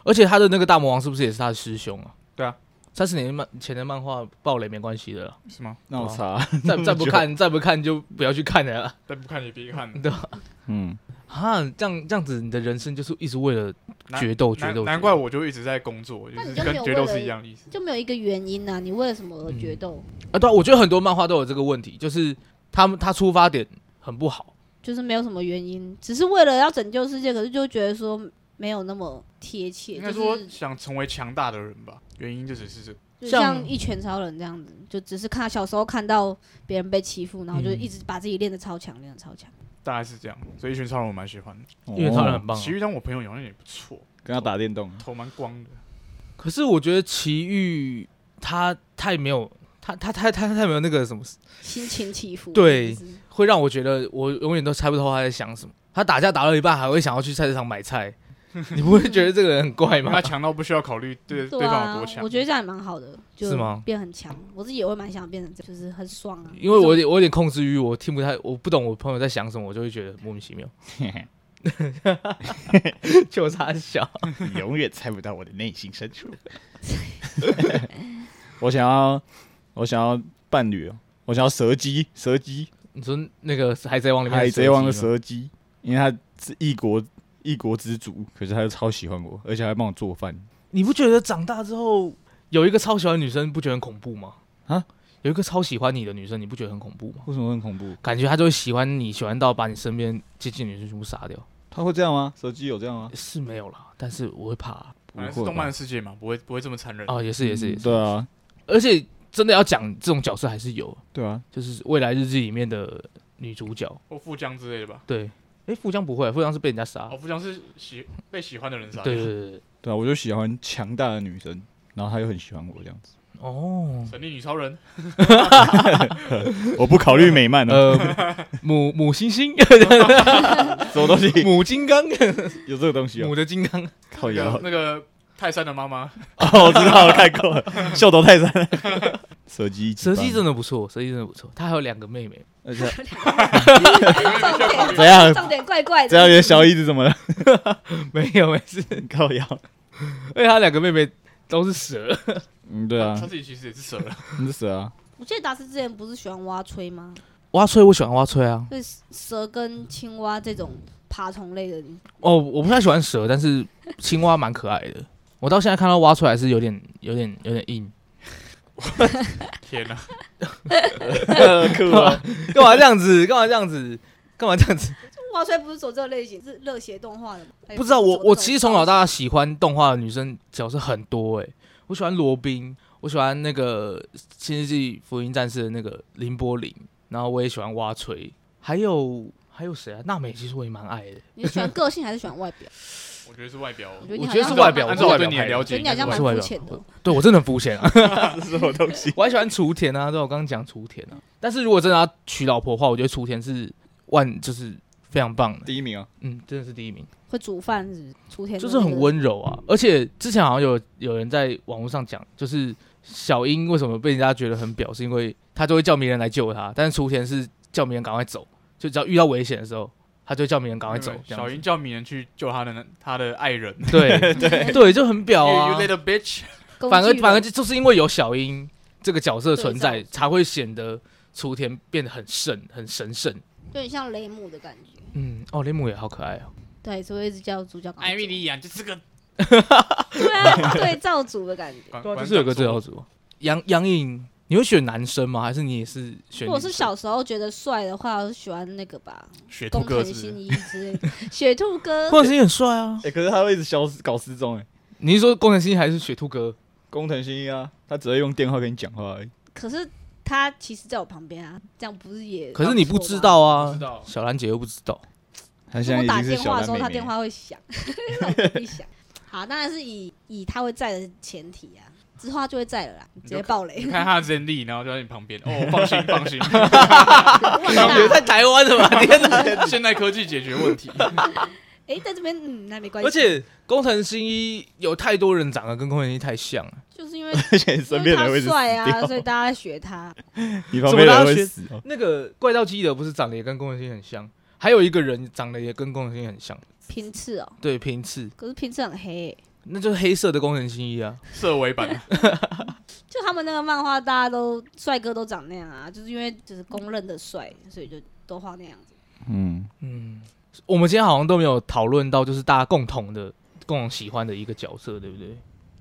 Speaker 2: 而且他的那个大魔王是不是也是他的师兄啊？
Speaker 4: 对啊，
Speaker 2: 三十年漫前的漫画暴雷没关系 的啦，
Speaker 4: 是吗？
Speaker 3: 那我查，
Speaker 2: 再再不看再不看就不要去看了啦。
Speaker 4: 但不看也别看，
Speaker 2: 对吧？
Speaker 3: 嗯，
Speaker 2: 啊，这样这样子，你的人生就是一直为了
Speaker 4: 难
Speaker 2: 决斗，决
Speaker 4: 难
Speaker 2: 斗，
Speaker 4: 难怪我就一直在工作，就
Speaker 1: 那
Speaker 4: 是
Speaker 1: 你就没
Speaker 4: 跟
Speaker 1: 有
Speaker 4: 决
Speaker 1: 为
Speaker 4: 斗
Speaker 1: 了
Speaker 4: 是一样的意思。
Speaker 1: 就没有一个原因啊，你为了什么而
Speaker 4: 嗯
Speaker 1: 决斗？
Speaker 2: 啊！对啊，我觉得很多漫画都有这个问题，就是他们他出发点很不好，
Speaker 1: 就是没有什么原因，只是为了要拯救世界，可是就觉得说没有那么贴切，
Speaker 4: 应
Speaker 1: 就
Speaker 4: 该说
Speaker 1: 是
Speaker 4: 想成为强大的人吧，原因就只是这个。
Speaker 1: 就
Speaker 2: 像
Speaker 1: 像一拳超人这样子，就只是看小时候看到别人被欺负，然后就
Speaker 2: 嗯
Speaker 1: 一直把自己练得超强，练得超强。
Speaker 4: 大概是这样。所以一拳超人我蛮喜欢的，
Speaker 2: 因为超人
Speaker 3: 哦
Speaker 2: 很棒啊、
Speaker 4: 奇遇当我朋友好像也不错，
Speaker 3: 跟他打电动，
Speaker 4: 头蛮 光的。
Speaker 2: 可是我觉得奇遇他太没有他他他他太没有那个什么，
Speaker 1: 心情起伏，
Speaker 2: 对
Speaker 1: 就是
Speaker 2: 会让我觉得我永远都猜不透他在想什么。他打架打到一半还会想要去菜市场买菜， 你不会觉得这个人很怪吗
Speaker 4: 他？强到不需要考虑对
Speaker 1: 对
Speaker 4: 方有
Speaker 1: 啊
Speaker 4: 多，强。
Speaker 1: 我觉得这样也蛮好的，就是
Speaker 2: 吗
Speaker 1: 变很强，我自己也会蛮想变成这样，就是很爽啊。
Speaker 2: 因为我有点我有点控制欲，我听不太我不懂我朋友在想什么，我就会觉得莫名 其妙。就差小，
Speaker 3: 你永远猜不到我的内心深处。 我想要，我想要伴侣哦，我想要蛇姬，蛇姬，
Speaker 2: 你说那个海贼王里面
Speaker 3: 海贼王的
Speaker 2: 蛇姬吗，
Speaker 3: 蛇姬，因为他是一国一国之主，可是他又超喜欢我，而且还帮我做饭。
Speaker 2: 你不觉得长大之后有一个超喜欢的女生，不觉得很恐怖吗？
Speaker 3: 啊，
Speaker 2: 有一个超喜欢你的女生，你不觉得很恐怖吗？
Speaker 3: 为什么会很恐怖？
Speaker 2: 感觉她就会喜欢你，喜欢到把你身边接近的女生全部杀掉，
Speaker 3: 他会这样吗？蛇姬有这样吗？
Speaker 2: 是没有啦，但是我会怕啊，
Speaker 3: 不
Speaker 4: 反
Speaker 3: 会
Speaker 4: 正是动漫
Speaker 3: 吧，
Speaker 4: 世界嘛，不会不会这么残忍。
Speaker 2: 哦也是也是也是，
Speaker 3: 对啊，
Speaker 2: 而且真的要讲这种角色还是有，
Speaker 3: 对啊，
Speaker 2: 就是未来日记里面的女主角，
Speaker 4: 或富江之类的吧。
Speaker 2: 对，诶，富江不会，富江是被人家杀
Speaker 4: 哦，，富江是喜被喜欢的人杀。
Speaker 2: 对对，对对，
Speaker 3: 对啊，我就喜欢强大的女生，然后她又很喜欢我这样子。
Speaker 2: 哦，
Speaker 4: 神力女超人，
Speaker 3: 我不考虑美漫哦，
Speaker 2: 呃， 母母猩 猩，
Speaker 3: 什么东西
Speaker 2: 母金 刚，
Speaker 3: 有这个东西哦
Speaker 2: 母？的金刚，
Speaker 3: 靠
Speaker 4: 那
Speaker 3: 腰
Speaker 4: 个，那个泰山的妈妈，
Speaker 3: 哦，我知道，我看过了，秀斗泰山， 蛇姬，
Speaker 2: 蛇姬真的不错，蛇姬真的不错，她还有两个妹妹。
Speaker 3: 而且
Speaker 1: 啊重 点
Speaker 3: 怎样
Speaker 1: 重点怪怪
Speaker 3: 这样
Speaker 1: 的，
Speaker 3: 你的小姨子怎么了？
Speaker 2: 没有没事，
Speaker 3: 靠腰，
Speaker 2: 而且哎他两个妹妹都是蛇，
Speaker 3: 嗯，对 啊
Speaker 4: 他，自己其实也是蛇了。
Speaker 3: 你是蛇啊，
Speaker 1: 我记得达斯之前不是喜欢蛙吹吗？
Speaker 2: 蛙吹我喜欢蛙吹啊。
Speaker 1: 所以蛇跟青蛙这种爬虫类的，
Speaker 2: 哦，我不太喜欢蛇，但是青蛙蛮可爱的。我到现在看到蛙吹还是有点有点有点硬。
Speaker 4: 天哪，
Speaker 3: 酷啊，
Speaker 2: 干嘛这样子？干嘛这样子？干嘛这样子？
Speaker 1: 蛙吹不是走这个类型，是热血动画的吗？
Speaker 2: 不知道我我其实从小
Speaker 1: 老
Speaker 2: 到
Speaker 1: 大
Speaker 2: 大喜欢动画的女生角色很多诶、我喜欢罗宾，我喜欢那个《新世纪福音战士》的那个林柏林，然后我也喜欢蛙吹，还有还有谁啊？娜美其实我也蛮爱的。
Speaker 1: 你是喜欢个性还是喜欢外表？
Speaker 4: 我觉得是外表哦。
Speaker 1: 我觉得你
Speaker 2: 我
Speaker 1: 好
Speaker 2: 觉得
Speaker 1: 像
Speaker 2: 是外表，
Speaker 4: 按
Speaker 2: 我
Speaker 4: 照
Speaker 2: 是
Speaker 4: 我
Speaker 2: 外
Speaker 4: 对
Speaker 2: 表
Speaker 4: 你的
Speaker 2: 派
Speaker 4: 了
Speaker 2: 的。
Speaker 1: 觉
Speaker 4: 解，
Speaker 1: 得你好像蛮
Speaker 2: 我
Speaker 1: 肤
Speaker 2: 是
Speaker 1: 浅的哦。
Speaker 2: 对我真的很肤浅 啊！
Speaker 3: 这是什么东西？
Speaker 2: 我还喜欢雏田啊，对我刚刚讲雏田啊。但是如果真的要娶老婆的话，我觉得雏田是万就是非常棒的，
Speaker 3: 第一名啊，
Speaker 2: 嗯，真的是第一名，
Speaker 1: 会煮饭是不是雏田的
Speaker 2: 就是
Speaker 1: 那
Speaker 2: 很
Speaker 1: 个
Speaker 2: 温柔啊。而且之前好像有有人在网络上讲，就是小樱为什么被人家觉得很表，是因为她就会叫鸣人来救她，但是雏田是叫鸣人赶快走，就只要遇到危险的时候，她就会叫鸣人赶快走。这样
Speaker 4: 小
Speaker 2: 子
Speaker 4: 樱叫鸣人去救他的那他的爱人。
Speaker 2: 对对，就很表
Speaker 4: You
Speaker 2: 啊
Speaker 4: you。little bitch，
Speaker 1: 工
Speaker 2: 反而
Speaker 1: 具人
Speaker 2: 反而就是因为有小樱这个角色存在
Speaker 1: 对，
Speaker 2: 才会显得雏田变得很圣、很神圣。
Speaker 1: 有点像雷姆的感觉。
Speaker 2: 嗯，哦，雷姆也好可爱哦。
Speaker 1: 对，所以一直叫主角赶快
Speaker 4: 艾米
Speaker 1: 走，
Speaker 4: 莉亚就是个，
Speaker 1: 对啊， 对照组的感觉。
Speaker 2: 对啊，
Speaker 4: 管
Speaker 2: 就是有个对照。组。杨杨颖，你会选男生吗？还是你也是选？
Speaker 1: 如果是，小时候觉得帅的话，我喜欢那个吧，
Speaker 4: 雪哎兔
Speaker 1: 工
Speaker 4: 哥
Speaker 1: 藤
Speaker 4: 是不是
Speaker 1: 新一之类的，雪兔哥。
Speaker 2: 宫藤也很帅啊。
Speaker 3: 哎，可是他会一直消失，搞失踪哎。
Speaker 2: 你是说宫藤新一还是雪兔哥？
Speaker 3: 工藤新一啊，他只会用电话跟你讲话而已。
Speaker 1: 可是他其实在我旁边啊，这样不是也？
Speaker 2: 可是你不知。道
Speaker 4: 不
Speaker 2: 啊
Speaker 4: 知，道
Speaker 2: 小兰姐又不知道。
Speaker 3: 他
Speaker 1: 如
Speaker 3: 现在
Speaker 1: 果
Speaker 3: 已
Speaker 1: 打
Speaker 3: 经是
Speaker 1: 电
Speaker 3: 小欸
Speaker 1: 话
Speaker 3: 蓝
Speaker 1: 的时
Speaker 3: 妹
Speaker 1: 候，
Speaker 3: 妹
Speaker 1: 他电话会响， 老会响。好，当然是以以他会在的前提啊，之后他就会在了啦，直接爆雷
Speaker 4: 你。看他的人力，然后就在你旁边。哦，放心放 心，
Speaker 1: 万
Speaker 2: 你
Speaker 1: 大，
Speaker 2: 在 台湾的吧？天哪！
Speaker 4: 现代科技解决问题。
Speaker 1: 哎，在这边嗯，那没关系。
Speaker 2: 而且宫藤新一有太多人长得跟宫藤新一太像了。
Speaker 1: 就是因为
Speaker 3: 而且你身
Speaker 1: 因为
Speaker 3: 边的
Speaker 1: 他
Speaker 3: 人会死
Speaker 1: 帅啊，所
Speaker 3: 掉，
Speaker 1: 以大家学他。
Speaker 3: 你旁边的人会死哦。
Speaker 2: 那个怪盗基德不是长得也跟宫藤新一很像？还有一个人长得也跟宫藤新一很像，
Speaker 1: 拼刺哦，
Speaker 2: 对，平次，
Speaker 1: 可是拼刺很黑欸，
Speaker 2: 那就是黑色的工藤新一啊。
Speaker 4: 色违版，
Speaker 1: 就他们那个漫画，大家都帅哥都长那样啊，就是因为就是公认的帅，所以就都画那样子。
Speaker 3: 嗯，
Speaker 2: 嗯，我们今天好像都没有讨论到，就是大家共同的、共同喜欢的一个角色，对不对？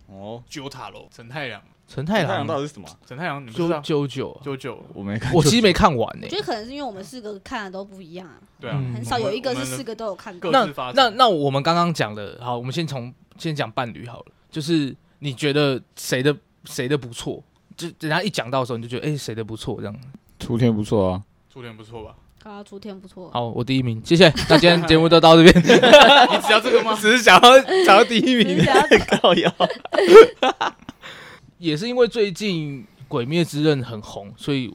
Speaker 3: 哦，
Speaker 4: 九塔楼，陈太郎，
Speaker 2: 陈太
Speaker 3: 太阳到
Speaker 2: 郎、
Speaker 3: 底是什么啊？
Speaker 4: 陈太郎，你不知
Speaker 2: 九
Speaker 4: 道？
Speaker 2: 九九啊，
Speaker 4: 九九，
Speaker 3: 我没看，
Speaker 2: 我其实没看完呢、
Speaker 1: 我觉得可能是因为我们四个看的都不一样啊，
Speaker 4: 对啊，
Speaker 2: 嗯
Speaker 1: 很少有一个
Speaker 4: 我
Speaker 1: 是
Speaker 4: 们
Speaker 1: 四个都有看过
Speaker 4: 各。
Speaker 2: 那
Speaker 4: 自发展
Speaker 2: 那那我们刚刚讲的，好，我们先从先讲伴侣好了，就是你觉得谁的谁的不错，就人家一讲到的时候，你就觉得哎谁、的不错这样。
Speaker 3: 雏田不错啊，
Speaker 4: 触点不错吧？
Speaker 1: 好啊，昨天不错。
Speaker 2: 好，我第一名，谢谢。那今天节目就到这边，
Speaker 4: 你只要这个 吗？
Speaker 2: 只是想要想要第一
Speaker 1: 只
Speaker 2: 名
Speaker 1: 是，想要
Speaker 3: 靠腰。
Speaker 2: 也是因为最近《鬼灭之刃》很红，所以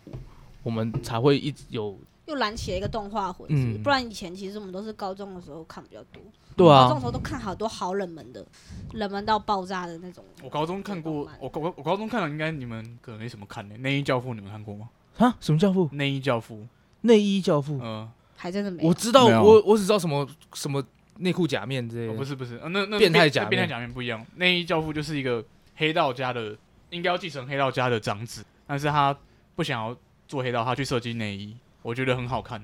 Speaker 2: 我们才会一直有
Speaker 1: 又燃起了一个动画魂，是不是
Speaker 2: 嗯
Speaker 1: 不然以前其实我们都是高中的时候看比较多，
Speaker 2: 对
Speaker 1: 高中
Speaker 2: 啊
Speaker 1: 的时，候都看好多好冷门的，冷门到爆炸的那种。
Speaker 4: 我高中看过，我高我高中看了，应该你们可能没什么看的、内衣教父》你们看过吗？
Speaker 2: 啊什么教父？
Speaker 4: 《内衣教父
Speaker 2: 内衣教》父？
Speaker 4: 呃，
Speaker 1: 还真的没有
Speaker 2: 我知道，
Speaker 3: 没有
Speaker 2: 我我只知道什么什么内裤假面之类
Speaker 4: 哦
Speaker 2: 的，
Speaker 4: 不是不是，呃、那那
Speaker 2: 变态假
Speaker 4: 假
Speaker 2: 面
Speaker 4: 变态假面不一样，《内衣教父》就是一个黑道家的，应该要继承黑道家的长子，但是他不想要做黑道，他去设计内衣，我觉得很 好看，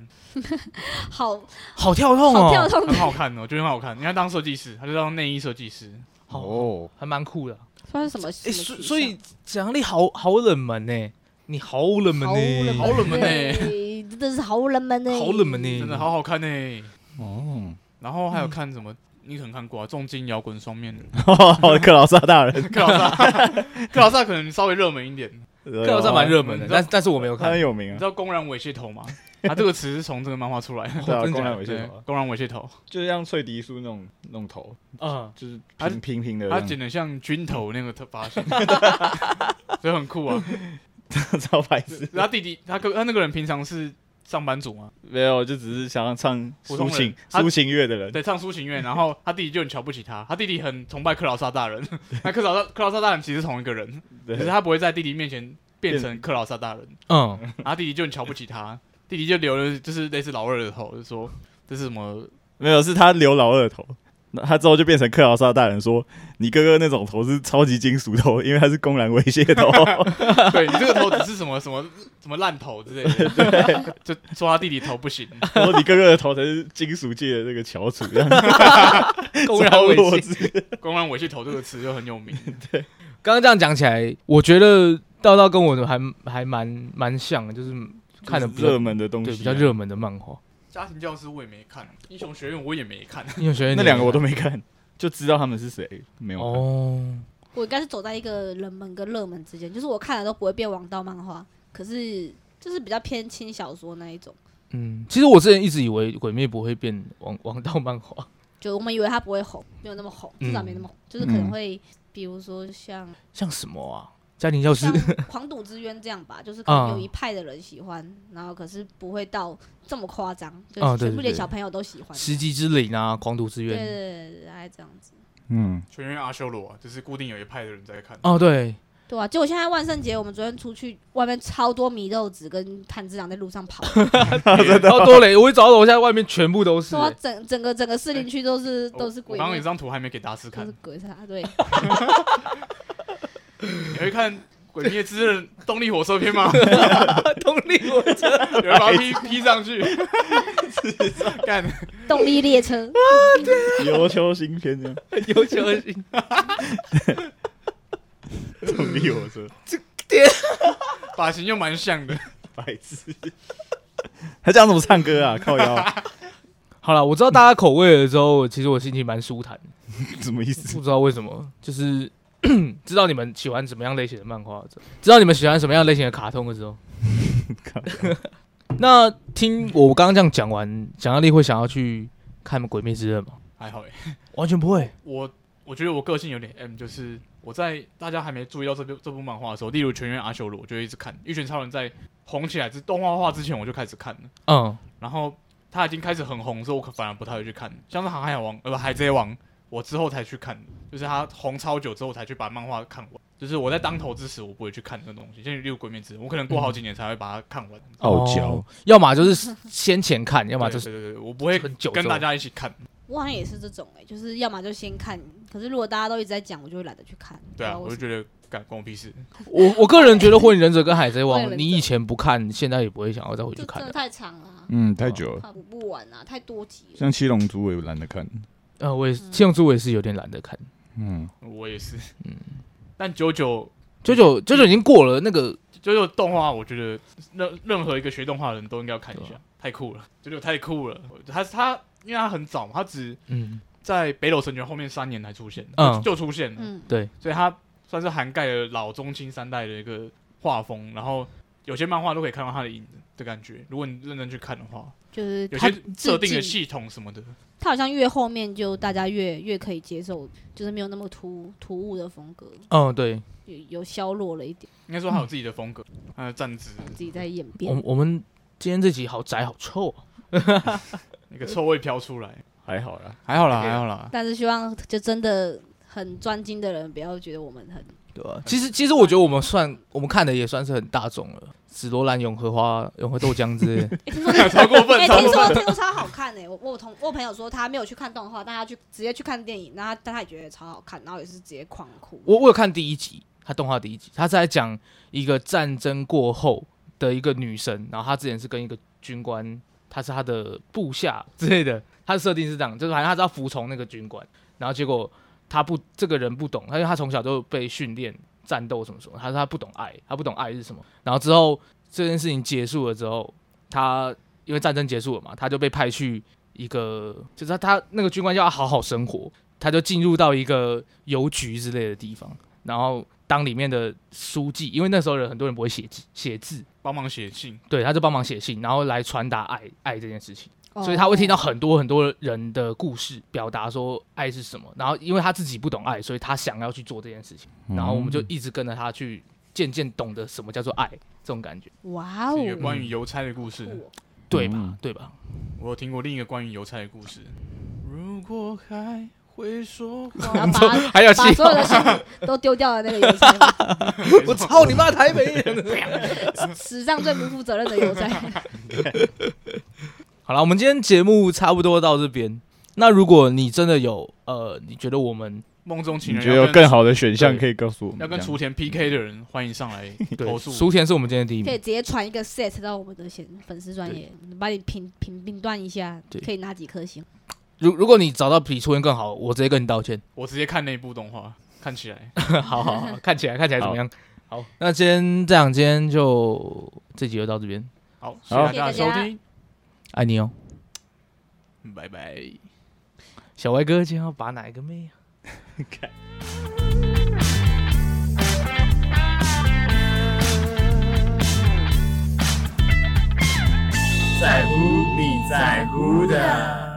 Speaker 1: 好
Speaker 2: 好跳痛
Speaker 1: 好跳
Speaker 2: 哦，
Speaker 1: 痛
Speaker 4: 很，好看哦，我觉得很好看。你看欸当设计师，他就当内衣设计师，
Speaker 2: 好，
Speaker 3: 哦，
Speaker 2: 还蛮酷的啊。
Speaker 1: 算是什么？
Speaker 2: 哎，
Speaker 1: 什么
Speaker 2: 所
Speaker 1: 取
Speaker 2: 所以
Speaker 1: 向
Speaker 2: 想象力好好冷门呢，你好冷门
Speaker 1: 好冷
Speaker 2: 呢，
Speaker 1: 门，
Speaker 4: 好冷门欸
Speaker 1: 对真的是好冷门呢，
Speaker 2: 好冷门呢，
Speaker 4: 真的好好看呢、
Speaker 3: 哦，
Speaker 4: 然后还有看什么？你可能看过啊，重金摇滚双面人，
Speaker 3: 好的，哦 克劳萨大人，
Speaker 4: 克劳萨，克劳萨可能稍微热门一点。
Speaker 3: 克
Speaker 2: 克劳萨啊蛮热门
Speaker 4: 你
Speaker 2: 的，
Speaker 4: 知道
Speaker 2: 但但是我没有
Speaker 3: 他
Speaker 2: 看
Speaker 3: 很。有名
Speaker 4: 你
Speaker 3: 啊
Speaker 4: 知，道“公然猥亵头”吗？ 它这个词是从这个漫画出来的。
Speaker 3: 对啊，公
Speaker 2: 真的假
Speaker 3: 然
Speaker 2: 的
Speaker 3: 猥亵
Speaker 4: 对
Speaker 3: 头啊，，
Speaker 4: 公然猥亵头，
Speaker 3: 就是像翠迪叔那种那种头，
Speaker 2: 嗯，
Speaker 3: 就是
Speaker 4: 他
Speaker 3: 平平平的这
Speaker 4: 他
Speaker 3: 样，
Speaker 4: 剪的像军头那个头发 型，所以很酷啊。
Speaker 3: 超白痴。
Speaker 4: 他弟弟，他哥，他那个人平常是上班族嘛，
Speaker 3: 没有，就只是想要唱
Speaker 4: 普通
Speaker 3: 抒
Speaker 4: 人
Speaker 3: 情
Speaker 4: 他
Speaker 3: 抒情乐的人，
Speaker 4: 对，唱抒情乐，然后他弟弟就很瞧不起他，他弟弟很崇拜克劳萨 大人，那克劳萨克劳萨大人其实是同一个人，
Speaker 3: 对
Speaker 4: 只是他不会在弟弟面前变成克劳萨大人，
Speaker 2: 嗯，
Speaker 4: 然后弟弟就很瞧不起他，弟弟就留了就是类似老二的头，就说这是什么
Speaker 3: 没有，是他留老二头，那他之后就变成克劳萨大人说，你哥哥那种头是超级金属头，因为他是公然猥亵 头。
Speaker 4: 对你这个头只是什么什么什么烂头之类的， 就说他弟弟头不行，
Speaker 3: 然后你哥哥的头才是金属界的那个翘楚，这样子
Speaker 2: 公然猥亵
Speaker 3: 弱。智。
Speaker 4: 公然猥亵头这个词就很有名。
Speaker 2: 刚刚这样讲起来，我觉得道道跟我的还还蛮蛮像的，就是看的
Speaker 3: 热门的东西、啊
Speaker 2: 对比较。热门的漫画。
Speaker 4: 家庭教师我也没看，英雄学院我也没看，
Speaker 2: 英雄学院
Speaker 3: 那两个我都没看，就知道他们是谁，没有看。
Speaker 2: 哦，
Speaker 1: 我应该是走在一个冷门跟热门之间，就是我看了都不会变王道漫画，可是就是比较偏轻小说那一种。
Speaker 2: 嗯，其实我之前一直以为《鬼灭》不会变王 王道漫画，
Speaker 1: 就我们以为它不会红，没有那么红，
Speaker 2: 嗯
Speaker 1: 至少没那么红，就是可能会，比如说像
Speaker 2: 像什么啊，家庭教师
Speaker 1: 像《狂赌之渊》这样吧，就是可能有一派的人喜欢，然后可是不会到这么夸张，就
Speaker 2: 啊
Speaker 1: 是
Speaker 2: 对
Speaker 1: 全部
Speaker 2: 对
Speaker 1: 连
Speaker 2: 对
Speaker 1: 小朋友都喜欢。
Speaker 2: 十级之灵啊，狂徒之
Speaker 1: 对
Speaker 2: 渊。
Speaker 1: 对对对，还这样子。
Speaker 3: 嗯，
Speaker 4: 全员阿修罗啊，就是固定有一派的人在看。
Speaker 2: 哦，对，
Speaker 1: 对啊，结果现在万圣节，我们昨天出去外面超多米豆子跟炭治郎在路上跑，
Speaker 2: 然后多雷，我一找到楼下外面全部都是欸
Speaker 1: 说、， 整整个整个士林区都是、
Speaker 4: 我
Speaker 1: 都是
Speaker 4: 我
Speaker 1: 鬼
Speaker 4: 刚刚
Speaker 1: 灭
Speaker 4: 有，张图还没给大师
Speaker 1: 都
Speaker 4: 看
Speaker 1: 是，鬼差，对，
Speaker 4: 你会看《鬼灭之刃》动力火车 篇吗？
Speaker 2: 动力火车，
Speaker 4: 有人把它 P P 上去，干
Speaker 1: 动力列车，
Speaker 4: 啊
Speaker 3: 游秋新篇 这样，
Speaker 2: 有求而行。
Speaker 3: 动力火车，
Speaker 4: 发型又蛮像的。
Speaker 3: 白 痴。他这样怎么唱歌啊？靠腰，
Speaker 2: 好了，我知道大家口味了之后，其实我心情蛮舒坦的，
Speaker 3: 什么意思
Speaker 2: 不？知道为什么，就是 知道你们喜欢什么样类型的漫画，知道你们喜欢什么样类型的卡通的 时候， 那听我刚刚这样讲完，蒋亚丽会想要去看《鬼灭之刃》吗？
Speaker 4: 还好哎，
Speaker 2: 完全不会，
Speaker 4: 我我觉得我个性有点 M，就是我在大家还没注意到这部这部漫画的时候，例如《全员阿修罗》，我就一直看《一拳超人》在红起来之动画化之前，我就开始看了。
Speaker 2: 嗯，
Speaker 4: 然后他已经开始很红的时候，我可反而不太会去看，像是《航海王》呃不《海贼王》，我之后才去看，就是他红超久之后才去把漫画看完。就是我在当头之时，我不会去看这个东西，像例如《鬼灭之刃》，我可能过好几年才会把它看完。
Speaker 3: 傲娇
Speaker 2: 哦要么就是先前看，要
Speaker 4: 要
Speaker 2: 么就是
Speaker 4: 对对对，我不会
Speaker 2: 很久之
Speaker 4: 跟
Speaker 2: 后
Speaker 4: 大家一起看。
Speaker 1: 我好像也是这种哎、就是要么就先看，可是如果大家都一直在讲，我就会懒得去看。
Speaker 4: 对啊，
Speaker 1: 不
Speaker 4: 我嗯
Speaker 1: 知
Speaker 4: 就
Speaker 1: 道为什么
Speaker 4: 觉得干关我屁事。
Speaker 2: 我我个人觉得《火影忍者》跟《海贼 王
Speaker 1: 火影》，忍者
Speaker 2: 你以前不看，现在也不会想要再回去
Speaker 1: 就
Speaker 2: 看
Speaker 1: 真的
Speaker 2: 了。
Speaker 1: 太长了啊、
Speaker 3: 嗯，太
Speaker 2: 久
Speaker 3: 了。
Speaker 1: 看不不完啊，太多集了。
Speaker 3: 像七龙珠我也懒得看。
Speaker 2: 呃，我也是《七龙珠》，我也是有点懒得看。
Speaker 3: 嗯，
Speaker 4: 我也是，嗯。但九九
Speaker 2: 九九九九已经过了那个，
Speaker 4: 九九动画，我觉得任任何一个学动画的人都应该要看一下，太酷了，九九太酷了。他他因为他很早嘛，他只
Speaker 2: 嗯，
Speaker 4: 在北斗神拳后面三年才出现，
Speaker 2: 嗯
Speaker 4: 就出现了，
Speaker 1: 嗯，
Speaker 2: 对，
Speaker 4: 所以他算是涵盖了老中青三代的一个画风，然后有些漫画都可以看到它的影子的感觉。如果你认真去看的话，
Speaker 1: 就是
Speaker 4: 有
Speaker 1: 他
Speaker 4: 些设
Speaker 1: 致
Speaker 4: 定的
Speaker 1: 敬
Speaker 4: 系统什么的，
Speaker 1: 他好像越后面就大家越越可以接受，就是没有那么突突兀的风格，
Speaker 2: 嗯，对，
Speaker 1: 有有消落了一点，
Speaker 4: 应该说它有自己的风格，嗯它的站姿，
Speaker 1: 自己在演
Speaker 2: 我
Speaker 1: 变。
Speaker 4: 哦
Speaker 2: 我们今天这集好宅好臭啊！
Speaker 4: 那个臭味飘出来，
Speaker 3: 还好啦，
Speaker 4: 还好啦，还好啦。
Speaker 1: 但是希望就真的很专精的人不要觉得我们很
Speaker 2: 对啊，其实其实我觉得我们算我们看的也算是很大众了，紫罗兰、永和花、永和豆浆之类 的。
Speaker 1: 听说
Speaker 4: 超过分
Speaker 1: 哎、
Speaker 4: 超
Speaker 1: 听
Speaker 4: 过
Speaker 1: 说听说超好看哎、我我有同我有朋友说他没有去看动画，但他去直接去看电影，然后他但他也觉得超好看，然后也是直接狂哭。
Speaker 2: 我我有看第一集，他动画第一集，他是在讲一个战争过后的一个女生，然后她之前是跟一个军官，她是他的部下 之类的，她的设定是这样，就是反正她是要服从那个军官，然后结果她不这个人不懂，她因为她从小就被训练战斗什么什么，她说她不懂爱，她不懂爱是什么，然后之后这件事情结束了之后，她因为战争结束了嘛，她就被派去。一个就是他，他那个军官叫她好好生活，他就进入到一个邮局之类的地方，然后当里面的书记，因为那时候人很多人不会写字，写字，
Speaker 4: 帮忙写信，
Speaker 2: 对，他就帮忙写信，然后来传达爱爱这件事情，
Speaker 1: 哦
Speaker 2: 所以他会听到很多很多人的故事，表达说爱是什么。然后因为他自己不懂爱，所以他想要去做这件事情，然后我们就一直跟着他去，渐渐懂得什么叫做爱这种感觉，
Speaker 1: 哇哦
Speaker 4: 是一个关于邮差的故事。
Speaker 1: 酷哦
Speaker 2: 对吧
Speaker 3: 嗯？
Speaker 2: 对吧？
Speaker 4: 我有听过另一个关于邮差的故事。如果还会说
Speaker 1: 然后
Speaker 4: 话，
Speaker 1: 把他
Speaker 2: 还有
Speaker 1: 把
Speaker 2: 戏
Speaker 1: 所有的信都丢掉了那个邮差，
Speaker 2: 我操你妈台北人！啊
Speaker 1: 史上最不负责任的邮差。
Speaker 2: 好了，我们今天节目差不多到这边。那如果你真的有呃，你觉得我们
Speaker 4: 梦中情
Speaker 3: 你
Speaker 4: 人
Speaker 3: 觉得
Speaker 4: 要
Speaker 3: 有
Speaker 4: 跟
Speaker 3: 更好的选项
Speaker 2: 对
Speaker 3: 可以告诉我们？
Speaker 4: 要跟
Speaker 3: 这样
Speaker 4: 雏田 PK 的人，欢迎上 来投
Speaker 2: 对
Speaker 4: 诉。
Speaker 2: 苏田是我们今天的第一
Speaker 1: 可以
Speaker 2: 名，
Speaker 1: 直接传一个 set 到我们的粉粉丝专业，把你评评评断一下
Speaker 2: 对，
Speaker 1: 可以拿几颗星。
Speaker 2: 如如果你找到比初恋更好，我直接跟你道歉。
Speaker 4: 我直接看那部动画，看起来
Speaker 2: 好好好，看起来看起来怎么样？好，那今天这样，今天就这集就到这边，
Speaker 4: 好，谢
Speaker 3: 好
Speaker 4: 谢大家的
Speaker 1: 谢谢大家
Speaker 4: 收
Speaker 2: 爱你哦，
Speaker 4: 听，拜拜。
Speaker 2: 小歪哥今天要把哪一个妹啊？
Speaker 5: 在乎你在乎的。